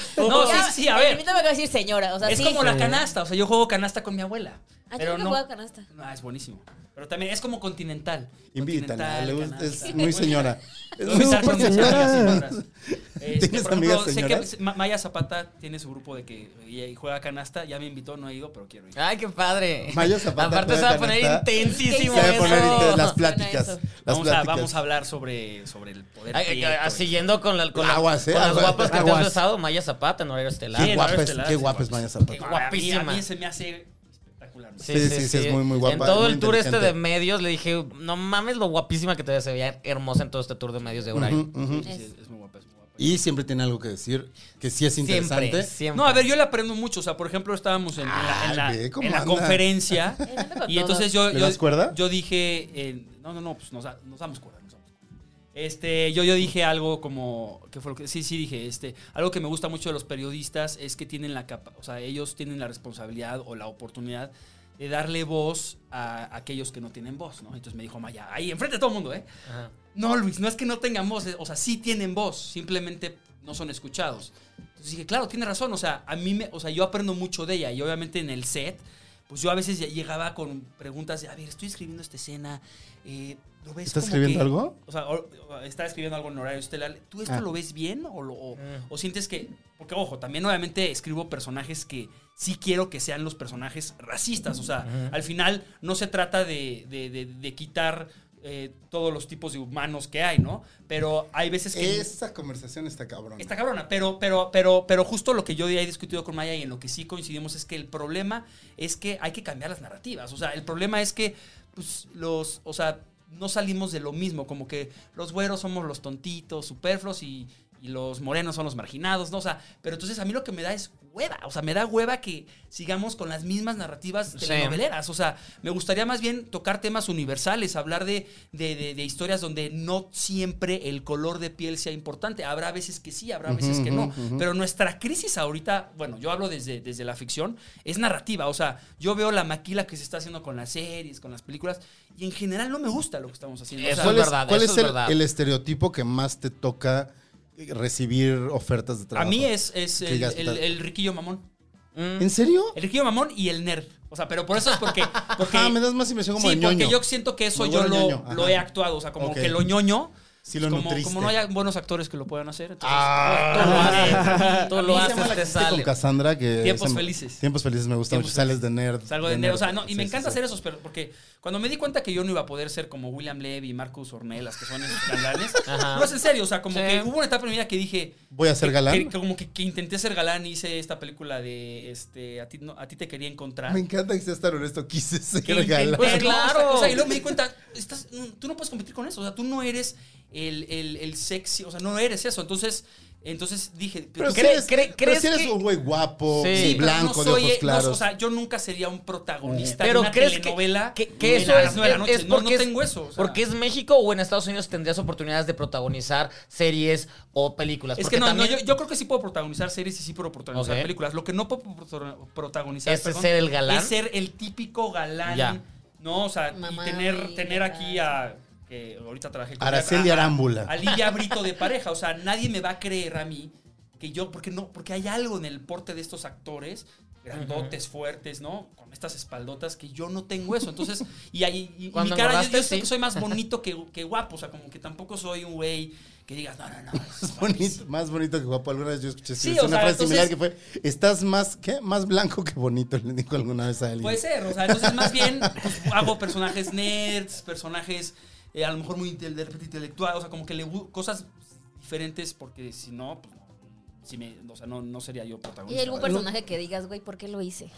No, sí, Ya, sí, sí, a el ver. limito me acaba de decir señora, o sea, Es sí. como la canasta. O sea, yo juego canasta con mi abuela. Ah, yo pero nunca he no. jugado canasta. Ah, es buenísimo. Pero también es como continental. Invítala. Continental, le gusta- canasta. Es muy señora. Es Voy a invitar súper con mis amigas señoras. Este, ¿Tienes por ejemplo, amigas sé que señoras? Ma- Maya Zapata tiene su grupo de que y- y juega canasta. Ya me invitó, no he ido, pero quiero ir. Ay, qué padre. Mayo Zapata Aparte se va a poner juega canasta. intensísimo. Se va a eso. poner inte- las Suena pláticas. eso. Las Vamos a, pláticas. vamos a hablar sobre, sobre el poder. Ay, ay, prieto ay, ah, y- siguiendo con, la, con, la- Aguas, eh, con las aguas, guapas que te aguas. has besado, Maya Zapata en horario estelar. Qué Sí, guapa no, es- estelar, qué sí, guapa es guapa. Maya Zapata. Qué guapa. A mí- Guapísima. A mí se me hace espectacular. ¿no? Sí, sí, sí, es muy, muy guapa, En todo muy el tour este de inteligente. medios le dije, no mames lo guapísima que te ves, se veía hermosa en todo este tour de medios de horario. Ujú, ujú. Sí, sí, es muy guapa, es muy guapa. Y siempre tiene algo que decir que sí es interesante. Siempre, siempre. No, a ver, yo le aprendo mucho. O sea, por ejemplo, estábamos en, en la- en la, Ay, Ah, ve cómo en la anda. conferencia. Eh, anda con y entonces yo, ¿Le yo, das cuerda? yo dije. eh, no, no, no, pues nos, da- nos damos cuerda. nos damos cuerda. Este, yo, yo dije algo como. ¿Qué fue lo que.? Sí, sí, dije. Este, algo que me gusta mucho de los periodistas es que tienen la capa. O sea, ellos tienen la responsabilidad o la oportunidad de darle voz a aquellos que no tienen voz, ¿no? Entonces me dijo Maya, ahí enfrente de todo el mundo, ¿eh? Ajá. No, Luis, no es que no tengan voz, o sea, sí tienen voz, simplemente no son escuchados. Entonces dije, claro, tiene razón, o sea, a mí me, o sea, yo aprendo mucho de ella y obviamente en el set, pues yo a veces ya llegaba con preguntas de, a ver, estoy escribiendo esta escena, eh, ¿lo ves ¿Estás como escribiendo que- algo? O sea, o- o está escribiendo algo en horario estelar, ¿tú esto Ah. lo ves bien o, lo- o- Mm. o sientes que, porque ojo, también obviamente escribo personajes que sí quiero que sean los personajes racistas, o sea, Ujú. al final no se trata de, de- de- de quitar eh, todos los tipos de humanos que hay, ¿no? Pero hay veces que... Esa conversación está cabrón. Está cabrona, pero, pero, pero, pero justo lo que yo ya he discutido con Maya y en lo que sí coincidimos es que el problema es que hay que cambiar las narrativas. O sea, el problema es que pues, los, o sea, no salimos de lo mismo, como que los güeros somos los tontitos, superfluos y, y los morenos son los marginados, ¿no? O sea, pero entonces a mí lo que me da es hueva, o sea, me da hueva que sigamos con las mismas narrativas Sí. telenoveleras, o sea, me gustaría más bien tocar temas universales, hablar de, de- de- de historias donde no siempre el color de piel sea importante, habrá veces que sí, habrá veces que no, pero nuestra crisis ahorita, bueno, yo hablo desde, desde la ficción, es narrativa, o sea, yo veo la maquila que se está haciendo con las series, con las películas, y en general no me gusta lo que estamos haciendo. o Eso sea, ¿Cuál es es, verdad, cuál eso es es el, verdad. el estereotipo que más te toca recibir ofertas de a trabajo? mí es, es Que el, digas, el- puta- el riquillo mamón. ¿En serio? El riquillo mamón y el nerd. O sea, pero por eso es porque. porque Ah, me das más impresión como sí, de porque ñoño. yo siento que eso Como yo bueno lo, ñoño, lo ajá. he actuado. O sea, como Ok. que lo ñoño. Sí lo como, nutriste. como no haya buenos actores que lo puedan hacer. Entonces, Ah. Este todo lo haces. Todo Todo lo lo haces, haces. te Con sale. Cassandra que... Tiempos se me- felices. Tiempos felices me gusta Tiempos mucho. Sales de nerd. Salgo de nerd. O sea, no, y me encanta hacer esos, pero porque cuando me di cuenta que yo no iba a poder ser como William Levy y Marcus Ornelas, que son esos canales, Ajá. no es en serio. O sea, como Sí. que hubo una etapa en mi vida que dije. Voy a ser que- galán. que- que como que, que intenté ser galán y hice esta película de este a ti, no, a ti te quería encontrar. Me encanta que seas tan honesto. Quise que ser intenté, galán. Pues ¿no? claro. O sea, o sea, y luego me di cuenta, estás- mm, tú no puedes competir con eso. O sea, tú no eres el, el- el sexy, o sea, no eres eso. Entonces, entonces dije, Pero ¿qué- si ¿Cre- eres, cre- pero crees si eres que- un güey guapo, Sí. sí, pero blanco, no de soy- eh, no, ojos claros. o sea, yo nunca sería un protagonista Pero de una crees telenovela. que, que- que en eso la es, nueva noche. es No, porque no, es- tengo eso. o sea. porque es México o en Estados Unidos tendrías oportunidades de protagonizar series o películas. Es Porque que no, no, también yo, yo creo que sí puedo protagonizar series y sí puedo protagonizar Ok. películas. Lo que no puedo protagon- protagonizar ¿Es perdón, ser el galán? es ser el típico galán. Ya. No, o sea, Mamá, y tener, y tener aquí a. papá. Que ahorita trabajé Araceli a- a- Arámbula. A Livia Brito de pareja. O sea, nadie me va a creer a mí que yo. Porque no porque hay algo en el porte de estos actores. Grandotes, fuertes, ¿no? Con estas espaldotas que yo no tengo eso. Entonces, y ahí. y- y Cuando mi cara, yo- yo, engordaste, siento que sí. soy más bonito que, que guapo. O sea, como que tampoco soy un güey que digas, no, no, no. es Es bonito, más bonito que guapo. Alguna vez yo escuché Sí, es o una sea, frase similar que entonces- fue: Estás más, ¿qué? Más blanco que bonito, le dijo alguna vez a alguien. Puede ser, o sea, entonces más bien pues, hago personajes nerds, personajes eh, a lo mejor muy inte- de repente intelectual, o sea, como que le bu- cosas diferentes porque si no, pues, no, si me, o sea, no, no sería yo ¿Y hay protagonista. algún personaje que digas, güey, por qué lo hice?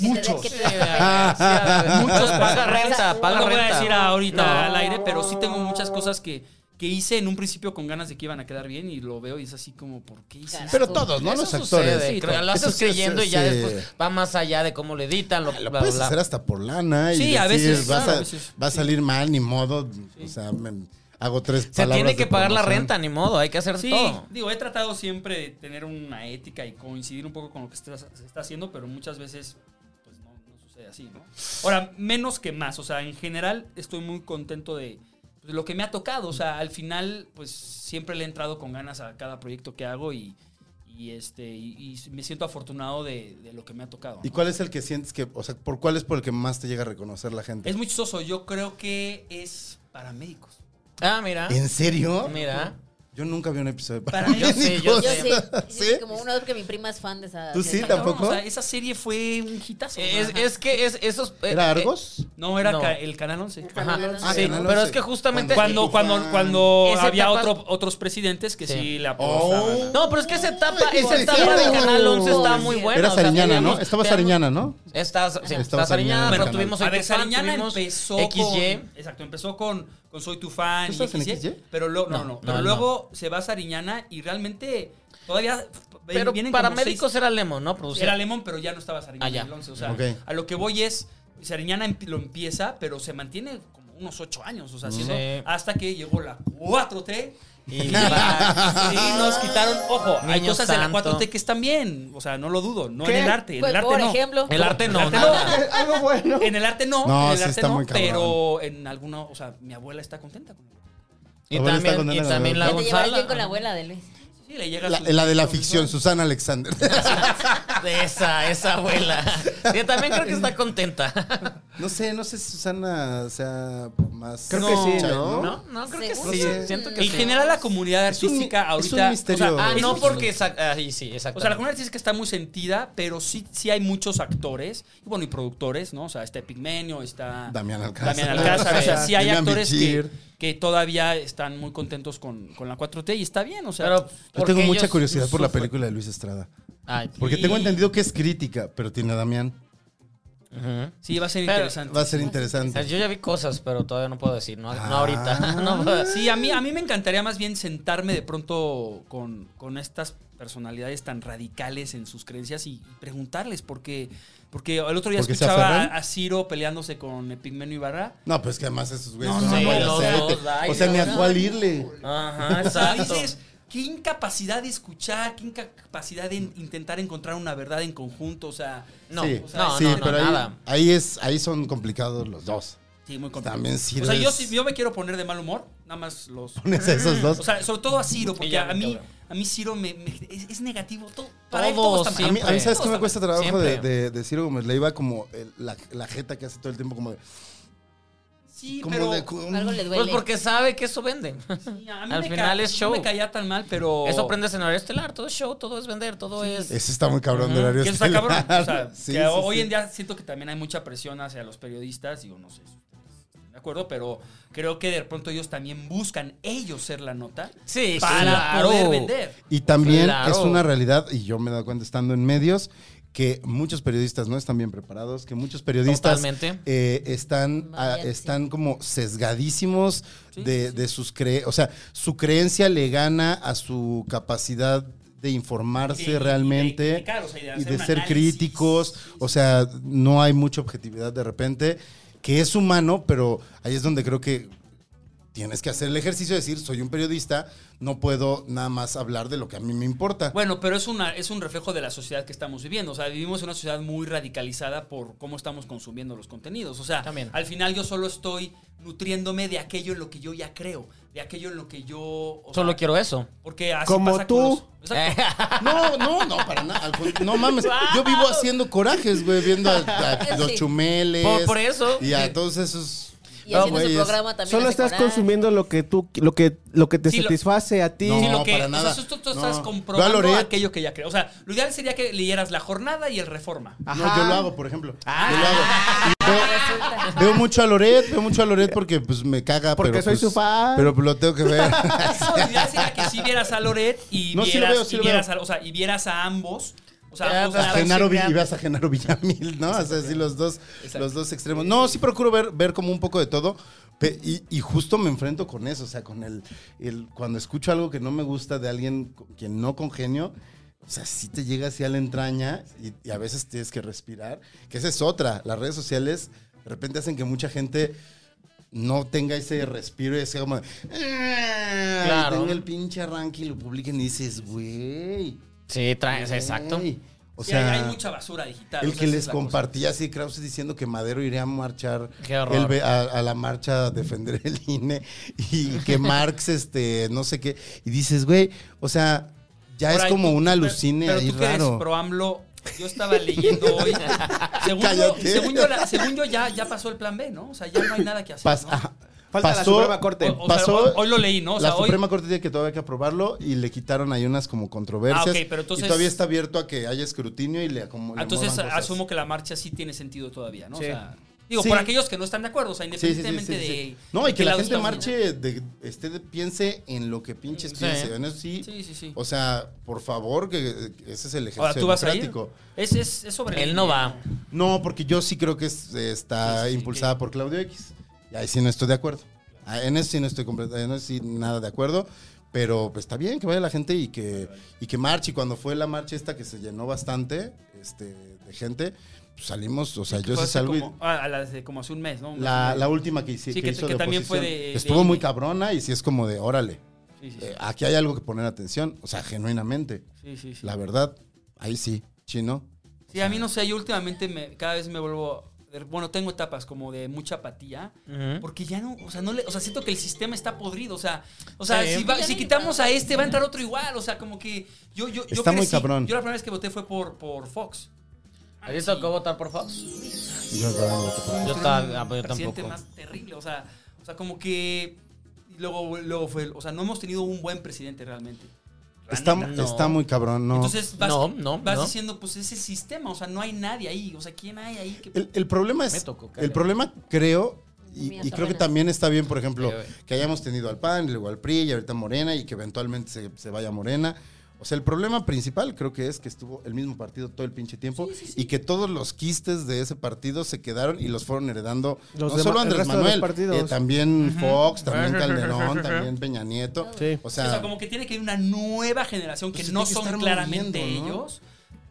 Muchos. Que te- que Sí, te- muchos paga renta, No paga lo voy renta. a decir ahorita No. al aire, pero sí tengo muchas cosas que, que hice en un principio con ganas de que iban a quedar bien y lo veo y es así como, ¿por qué hice Carajo. Pero todos, ¿no? Los Eso actores. sucede, creo- lo Eso haces sí, creyendo sí, y ya sí. después va más allá de cómo lo editan, Ah, lo, bla, Puedes bla, hacer bla. hasta por lana y Sí, a decir, veces, vas claro, a, a veces, va a salir mal, ni modo. O sea, me- hago tres Se palabras. tiene que de pagar la promoción. renta, ni modo, hay que hacer Sí, todo. digo, he tratado siempre de tener una ética y coincidir un poco con lo que estás- se está haciendo, pero muchas veces pues no, no sucede así, ¿no? Ahora, menos que más, o sea, en general estoy muy contento de pues, lo que me ha tocado, o sea, al final pues siempre le he entrado con ganas a cada proyecto que hago y, y, este, y, y me siento afortunado de, de lo que me ha tocado. ¿Y ¿no? cuál es el que sientes que, o sea, por cuál es por el que más te llega a reconocer la gente? Es muy chistoso, yo creo que es para médicos. Ah, mira. ¿En serio? Mira. Yo nunca vi un episodio de Para- Yo sé, yo Yo Paramédicos. sé. sí, ¿Sí? sí, como una vez que mi prima es fan de esa. ¿Tú de sí, esa- tampoco? Cabrón, O sea, esa serie fue un hitazo. ¿no? Es, Ajá. es que es, esos. eh, ¿Era eh, Argos? No, era No. ca- el Canal 11. Ajá. Este, Ah, Sí, Canal pero 11. es que justamente. Cuando, cuando, cuando Esa había etapa- otro- otros presidentes que sí, Sí. le apostaban. Oh. No, pero es que esa etapa, Ay, esa sí, etapa de cierto. Canal 11 estaba muy buena. Era o sea, Sariñana, teníamos- ¿no? Estaba teníamos- Sariñana, ¿no? Estás, sí, Estaba estás Sariñana, Sariñana, pero Canal. tuvimos a Soy ver, tu fan, Sariñana tuvimos empezó XY. con... Exacto, empezó con, con Soy tu fan ¿Tú y estás en XY? Pero, lo- no, No, no, no, pero no. luego se va a Sariñana y realmente todavía ve- Pero vienen como para médicos seis- era Lemon, ¿no? Producir. era Lemon, pero ya no estaba Sariñana Ah, ya. en el 11. O sea, Ok. a lo que voy es... Sariñana empi- lo empieza, pero se mantiene como unos ocho años. O sea, siendo- Sí. hasta que llegó la 4T Y Y nos quitaron, ojo, hay Niño cosas de la santo. 4T que están bien, o sea, no lo dudo, no ¿Qué? en el arte, en Pues, el arte por no. ejemplo. El arte no, El arte nada. Algo bueno. En el arte no, No, en el sí arte está no, muy cabrón. pero en alguno, o sea, mi abuela está contenta con él. Y Abuela está también, y condenada, también la Ya te llevas bien Gonzala. con la abuela de Luis. Sí, le llega La, su- la de la ficción, Susana Alexander. De esa, esa abuela. Sí, también creo que está contenta. No sé, no sé si Susana sea más. Creo que sí, child, ¿no? No, no, creo que Según- sí. No sé. Siento que En sí. general, la comunidad Es un mi- artística es un ahorita. misterio. o sea, Ah, es no, un- porque. esa- ah, sí, sí, exacto. O sea, la comunidad artística está muy sentida, pero sí, sí hay muchos actores y bueno, y productores, ¿no? O sea, está Pigmenio, está Damián Alcázar. Damián Alcázar. O sea, sí hay Lilian actores Bichir. que, que todavía están muy contentos con, con la 4T y está bien, o sea. Pero Yo porque tengo mucha ellos curiosidad por la sufren. película de Luis Estrada. Ay, Porque sí. tengo entendido que es crítica, pero tiene a Damián. Ujú. sí, va a ser Pero- interesante. Va a ser O sea, interesante. Yo ya vi cosas, pero todavía no puedo decir. No, no Ah. ahorita. No puedo- Sí, a mí, a mí me encantaría más bien sentarme de pronto con, con estas personalidades tan radicales en sus creencias y, y preguntarles, porque, porque el otro día ¿Porque se escuchaba aferran? a, a Ciro peleándose con Epigmenio Ibarra. No, pues que además esos güeyes No, son no, una bola de los aceite. dos, ay, O sea, ni no. a cuál irle. Ajá, O sea, exacto. dices, qué incapacidad de escuchar, qué incapacidad de in- intentar encontrar una verdad en conjunto. O sea, No, sí, o sea, no, sí, no, no, pero ahí- nada. Ahí, es, ahí son complicados los dos. sí, muy complicado. También o sea, yo, sirves- si yo me quiero poner de mal humor, nada más los... Pones a esos dos. O sea, sobre todo a Ciro, porque ya, a mí, cabrón. a mí Ciro me, me- es, es negativo. Todo, para él Todo, todo está mal. A mí, a mí, ¿sabes Siempre. qué me cuesta trabajo de, Siempre. de, de Ciro Gómez Leiva? Como el- la, la jeta que hace todo el tiempo, como de... Sí, como pero... de- como- Algo le Pues duele. porque sabe que eso vende. sí, a mí al me final ca- es no show. me caía tan mal, pero... Eso aprendes en horario estelar. Todo es show, todo es vender, todo es. Ese está muy cabrón Ujú, de Que horario eso está estelar. cabrón. O sea, Sí, que sí, hoy sí. en día siento que también hay mucha presión hacia los periodistas, digo, no sé si ustedes de acuerdo, pero creo que de pronto ellos también buscan ellos ser la nota Sí, para claro. poder vender. Y también Claro. es una realidad, y yo me he dado cuenta estando en medios, que muchos periodistas no están bien preparados, que muchos periodistas Totalmente. eh, están, Vaya ah, que sí. están como sesgadísimos de, de sus creencias. O sea, su creencia le gana a su capacidad de informarse Y- y de realmente criticar, o sea, y y de hacer de un ser análisis. críticos. O sea, no hay mucha objetividad de repente, que es humano, pero ahí es donde creo que Tienes que hacer el ejercicio de decir, soy un periodista, no puedo nada más hablar de lo que a mí me importa. Bueno, pero es, una, es un reflejo de la sociedad que estamos viviendo. O sea, vivimos en una sociedad muy radicalizada por cómo estamos consumiendo los contenidos. O sea, También. al final yo solo estoy nutriéndome de aquello en lo que yo ya creo, de aquello en lo que yo... o sea, Solo quiero eso. Porque así Como pasa con tú. los- Exacto. No, no, no, para nada. Al con- No mames. Yo vivo haciendo corajes, güey, viendo a, a los Sí. chumeles. Por- por eso. Y a todos esos. Y haciendo su güeyes. programa también. Solo hace estás coraje. consumiendo lo que tú, lo que, lo que te Sí, lo- satisface a ti. No, Sí, lo que, para o sea, nada. tú, tú No. estás Yo a comprobando Loret- aquello que ya creo. O sea, lo ideal sería que leyeras La Jornada y El Reforma. No, yo lo hago, por ejemplo. Yo lo hago. Y veo, veo mucho a Loret, veo mucho a Loret porque pues me caga. Porque pero, soy pues, su fan. Pero pues, lo tengo que ver. No, lo ideal sería que sí vieras a Loret y No, sí lo vieras, veo, sí y lo vieras veo. a, o sea, y vieras a ambos. O sea, pues, Ya, ambos a Claro, Genaro sí, Vill- y claro. veas a Genaro Villamil, ¿no? O sea, sí, los dos, los dos extremos. No, sí procuro ver, ver como un poco de todo. pe- Y, y justo me enfrento con eso, o sea, con el, el- Cuando escucho algo que no me gusta de alguien con quien no congenio, o sea, sí te llega así a la entraña y, y a veces tienes que respirar. Que esa es otra. Las redes sociales de repente hacen que mucha gente no tenga ese respiro y sea como. Claro. Claro. Tenga el pinche ranking y lo publiquen y dices, güey. Sí, traes, Ah, exacto. güey". O sí, sea, hay, hay mucha basura digital. o el sea, que esa les es la cosa. compartía así, Krause diciendo que Madero iría a marchar Qué horror. él ve- a, a la marcha a defender el INE y que Marx, este, no sé qué. Y dices, güey, o sea, ya Ahora, es como tú- un pero- alucine pero ahí tú que eres raro. pro AMLO, yo estaba leyendo hoy. según, yo, Cállate. según yo la- según yo ya, ya pasó el plan B, ¿no? O sea, ya no hay nada que hacer. Pas- ¿no? ajá. Falta la Suprema Corte. O- o sea, pasó- hoy, hoy lo leí, ¿no? O la sea, hoy- Suprema Corte tiene que todavía hay que aprobarlo y le quitaron ahí unas como controversias. Ah, ok, pero entonces- Ah, y todavía está abierto a que haya escrutinio y le acomodan. Entonces asumo que la marcha sí tiene sentido todavía, ¿no? Sí. O sea, digo, Sí. por aquellos que no están de acuerdo, o sea, Sí, sí, sí, sí, independientemente sí. de... No, y de que qué la lado gente estamos, ¿no? marche, de, esté de- piense en lo que pinches Sí. piense. En eso sí, Sí, sí, sí. O sea, por favor, que eh, ese es el ejercicio Ahora tú vas a ir. democrático. Es, es, es sobre... Él no va. No, porque yo sí creo que es- eh, está Sí, sí, sí, impulsada por Claudio X. Y ahí sí no estoy de acuerdo. Ah, En eso sí no estoy completamente, en eso sí nada de acuerdo. Pero pues, está bien que vaya la gente y que, y que marche. Y cuando fue la marcha esta que se llenó bastante este, de gente, pues, salimos, o sea, yo Fue sí hace salgo y- como, ah, a las de como hace un mes, La, ¿no? Más o menos. la última que, hice, Sí, que, que- hizo que de también fue oposición, de- Estuvo de- muy cabrona y sí es como de, órale, Sí, sí, sí. eh, aquí hay algo que poner atención. O sea, genuinamente. Sí, sí, sí. La verdad, ahí sí, chino. Sí, a mí no sé, yo últimamente me, cada vez me vuelvo de- bueno, tengo etapas como de mucha apatía, Ujú. porque ya no, o sea, no le, o sea, siento que el sistema está podrido, o sea, o sea, Sí. si, va- Ya si ni quitamos para- a este va a entrar otro igual, o sea, como que yo yo yo Está muy cabrón. Yo la primera vez que voté fue por por Fox. ¿A ti tocó votar por Fox? Yo no pagaba voto por él. Yo, ta- ah, pues yo presidente tampoco. más terrible, o sea, o sea, como que y luego luego fue, o sea, no hemos tenido un buen presidente realmente. Está, No. está muy cabrón, ¿no? Entonces vas, No, no, vas no. diciendo, pues ese sistema, o sea, no hay nadie ahí, o sea, ¿quién hay ahí? que- El, el problema es. Me tocó, cállate. el problema, creo. Y, Mira, y está creo que buena. también está bien, por ejemplo, eh. Sí, güey. que hayamos tenido al PAN, y luego al PRI y ahorita Morena y que eventualmente se, se vaya Morena. O sea, el problema principal creo que es que estuvo el mismo partido todo el pinche tiempo y que todos los quistes de ese partido se quedaron y los fueron heredando Los no dema- solo el Andrés resto de los Manuel, partidos. eh, también Fox, también Calderón, también Peña Nieto. Sí. O o sea, sea, como que tiene que haber una nueva generación que Pues se no tiene que son estar claramente moviendo, ¿no? ellos,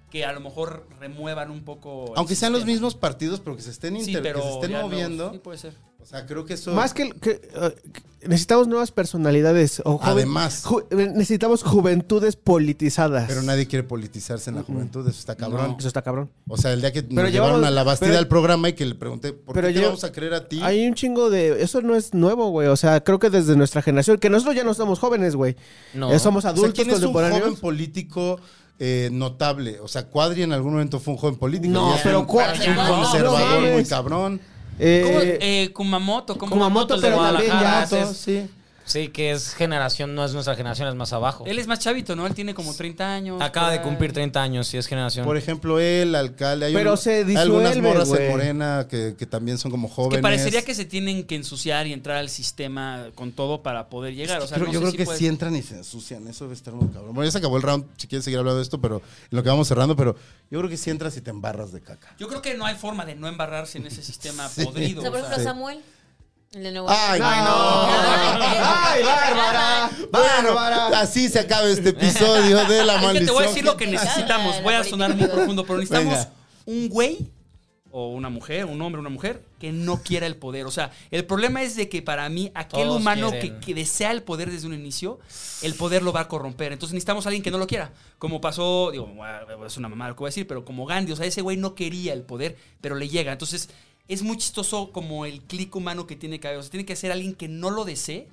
que a lo mejor remuevan un poco. el aunque sean los sistema. mismos partidos, pero que se estén, Sí, inter- que pero se estén ya los- moviendo. sí, pues. puede ser. O sea, creo que eso... Más que, el- que, eh, necesitamos nuevas personalidades. O joven- Además. ju- eh, necesitamos juventudes politizadas. Pero nadie quiere politizarse en la juventud, eso está cabrón. Eso está cabrón. O sea, el día que Pero nos llevaron llevamos- a la Bastida pero- al programa y que le pregunté, ¿por pero qué te yo- vamos a creer a ti? Hay un chingo de. Eso no es nuevo, güey. O sea, creo que desde nuestra generación, que nosotros ya no somos jóvenes, güey. No. Ya somos O sea, adultos ¿quién es un contemporáneos. joven político eh, notable? O sea, Cuadri en algún momento fue un joven político. No, y es pero un Cuadri- pinche no, conservador no muy mames. cabrón. Eh, ¿Cómo, eh, Kumamoto, ¿cómo? Kumamoto, el de pero también Guadalajara, ya. ese todos, es- sí. Sí, que es generación, no es nuestra generación, es más abajo. Él es más chavito, ¿no? Él tiene como 30 años. Acaba por de ahí. cumplir 30 años y es generación. Por ejemplo, él, alcalde. Hay Pero un- se hay algunas disuelve, morras güey. en Morena que, que también son como Es jóvenes. Que parecería que se tienen que ensuciar y entrar al sistema con todo para poder llegar. O sea, Creo- no yo sé creo si que puede- si entran y se ensucian, eso debe estar muy cabrón. Bueno, ya se acabó el round, si quieres seguir hablando de esto, pero en lo que vamos cerrando, pero yo creo que si entras y te embarras de caca. Yo creo que no hay forma de no embarrarse en ese sistema Sí. podrido. O sea, por o sea. ejemplo, Sí. Samuel. El de Nuevo ¡Ay, León. ¡Ay, Bárbara! Bueno, así se acaba este episodio de La Es que Maldición. te voy a decir lo que Maldición. Ah, necesitamos. Voy a sonar muy profundo, pero necesitamos Venga. un güey o una mujer, un hombre, una mujer que no quiera el poder. O sea, el problema es de que para mí aquel Todos humano que, quieren. que desea el poder desde un inicio, el poder lo va a corromper. Entonces necesitamos a alguien que no lo quiera. Como pasó, digo, es una mamada lo que voy a decir, pero como Gandhi, o sea, ese güey no quería el poder, pero le llega. Entonces es muy chistoso como el clic humano que tiene que haber. O sea, tiene que ser alguien que no lo desee,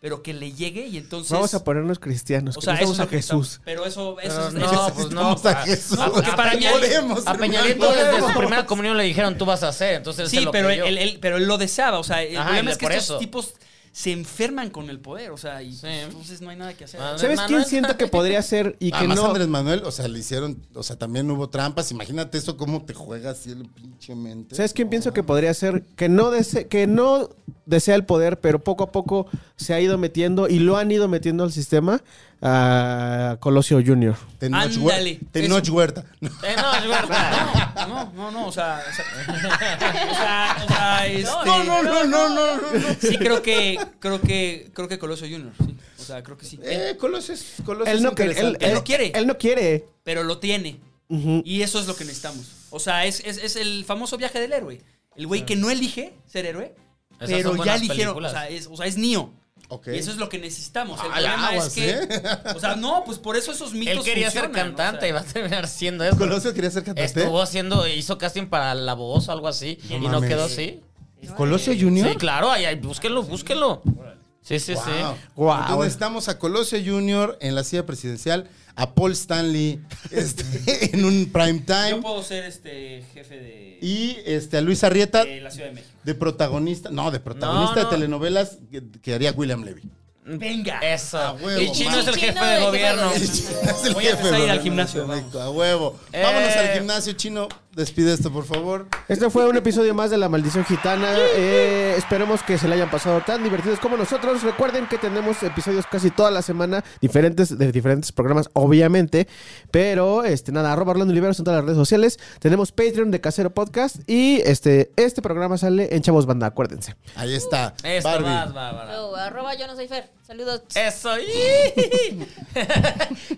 pero que le llegue y entonces... Vamos a ponernos cristianos. O sea, que eso nos vamos es lo a que Jesús. está- Pero eso, eso Pero es- no, eso es- pues no. Vamos a Jesús. No, porque para mí- Oremos, A Peñalito hermano. desde su primera comunión le dijeron tú vas a hacer, entonces él se Sí, lo pero creyó. él, él- pero él lo deseaba. O sea, el Ajá, problema y es que por estos eso. tipos se enferman con el poder. O sea, y Sí. pues, entonces no hay nada que hacer. Ah, ¿Sabes quién Manuel? siento que podría ser y que Además, no? Andrés Manuel, o sea, le hicieron, o sea, también hubo trampas. Imagínate eso, cómo te juega así el pinche mente. ¿Sabes quién pienso que podría ser? Que no, dese- que no desea el poder, pero poco a poco se ha ido metiendo y lo han ido metiendo al sistema a Colosio Jr. Tenoch Ándale, Huerta. Tenoch eso. Huerta. Eh, no, es verdad. No, no, no, o sea, o sea, o sea, o sea, este, No, no, no, no, no, no. no. sí creo que, creo que, creo que Colosio Junior, sí, o sea, creo que sí, Eh, Colosio es- Colosio Él es no, que- él- interesante. Él no quiere. Él no quiere. pero lo tiene Ujú. y eso es lo que necesitamos, o sea, es, es, es el famoso viaje del héroe, el güey que no elige ser héroe, Esas pero son ya buenas eligieron, o películas. sea, es, o sea, es Neo. Ok. Y eso es lo que necesitamos. El Ah, problema aguas, es que. ¿eh? O sea, no, pues por eso esos mitos. Él quería ser funcionan, cantante o sea. y va a terminar siendo eso. Colosio quería ser cantante. Estuvo haciendo, hizo casting para la voz o algo así No y no mames. quedó así. Colosio Sí, Junior. claro, ahí, ahí, búsquenlo, búsquenlo. Sí, sí, sí. Wow. Oh. Entonces estamos a Colosio Junior en la silla presidencial, a Paul Stanley este, en un prime Yo time puedo ser este jefe de, y este, a Luis Arrieta de la Ciudad de México. de protagonista, no, de protagonista No, no. de telenovelas que, que haría William Levy. Venga. Eso. A huevo, y Chino ma. es el Chino jefe es de el gobierno. jefe de Es el Voy a jefe, empezar a ir bro. al gimnasio, Perfecto, A huevo. Eh. Vámonos al gimnasio, chino. Despídete, por favor. Este fue un episodio más de La Maldición Gitana. Eh, esperemos que se le hayan pasado tan divertidos como nosotros. Recuerden que tenemos episodios casi toda la semana, diferentes de diferentes programas, obviamente. Pero, este, nada, arroba Orlando Oliveros en todas las redes sociales. Tenemos Patreon de Casero Podcast y este, este programa sale en Chavos Banda, acuérdense. Uh, Ahí está. Esto Barbie. vas, Bárbara. Yo, arroba yo no soy Fer. Saludos. Eso. ¡Ih!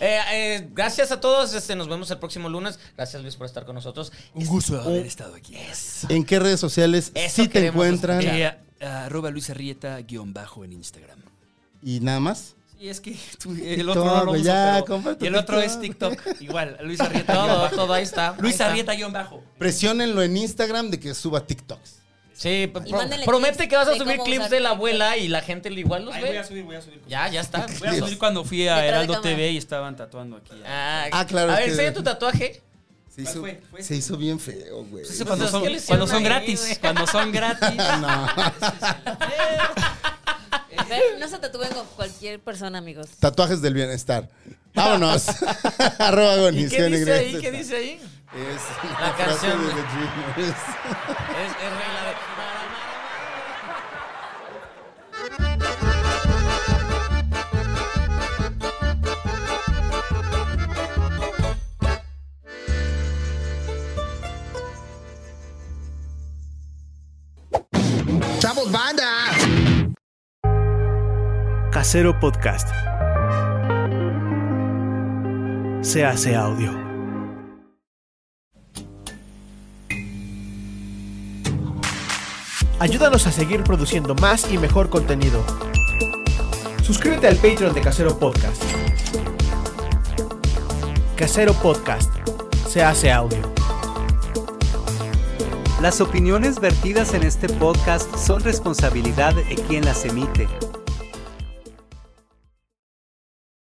Eh, eh, gracias a todos. Este, nos vemos el próximo lunes. Gracias Luis por estar con nosotros. Un gusto haber estado aquí. ¿En qué redes sociales Eso sí te queremos encuentran? escuchar. Eh, arroba Luis Arrieta guión bajo en Instagram. Y nada más. Sí, Y es que tú- el otro no lo güey, uso, ya, pero- compra tu Y el otro es TikTok. TikTok. Igual, Luis Arrieta. guión Todo, bajo. todo, ahí está. Luis Ahí está. Arrieta guión bajo. Presionenlo en Instagram de que suba TikToks. Sí, pro- Y mándenle promete clips que vas a de subir cómo clips usar de la TikTok. abuela y la gente igual los Ahí voy ve. a subir, voy a subir. Ya, ya está. Voy a subir cuando fui a Detrás de Heraldo cámara. TV y estaban tatuando aquí. a- Ah, Ah, claro, A es ver, que- enseña tu tatuaje. Se ¿Cuál hizo, fue? Fue se hizo bien feo, güey. Pues ese Cuando Entonces, son, ¿qué le hicieron cuando son ahí, güey? gratis. Cuando son gratis. Pero no se tatúen con cualquier persona, amigos. Tatuajes del bienestar. Vámonos. Arroba ¿Y agonización qué dice ahí? negresta. ¿Qué dice ahí? Es una La frase canción. de The Dreamers. Es, es regla de. Casero Podcast. Se hace audio. Ayúdanos a seguir produciendo más y mejor contenido. Suscríbete al Patreon de Casero Podcast. Casero Podcast. Se hace audio. Las opiniones vertidas en este podcast son responsabilidad de quien las emite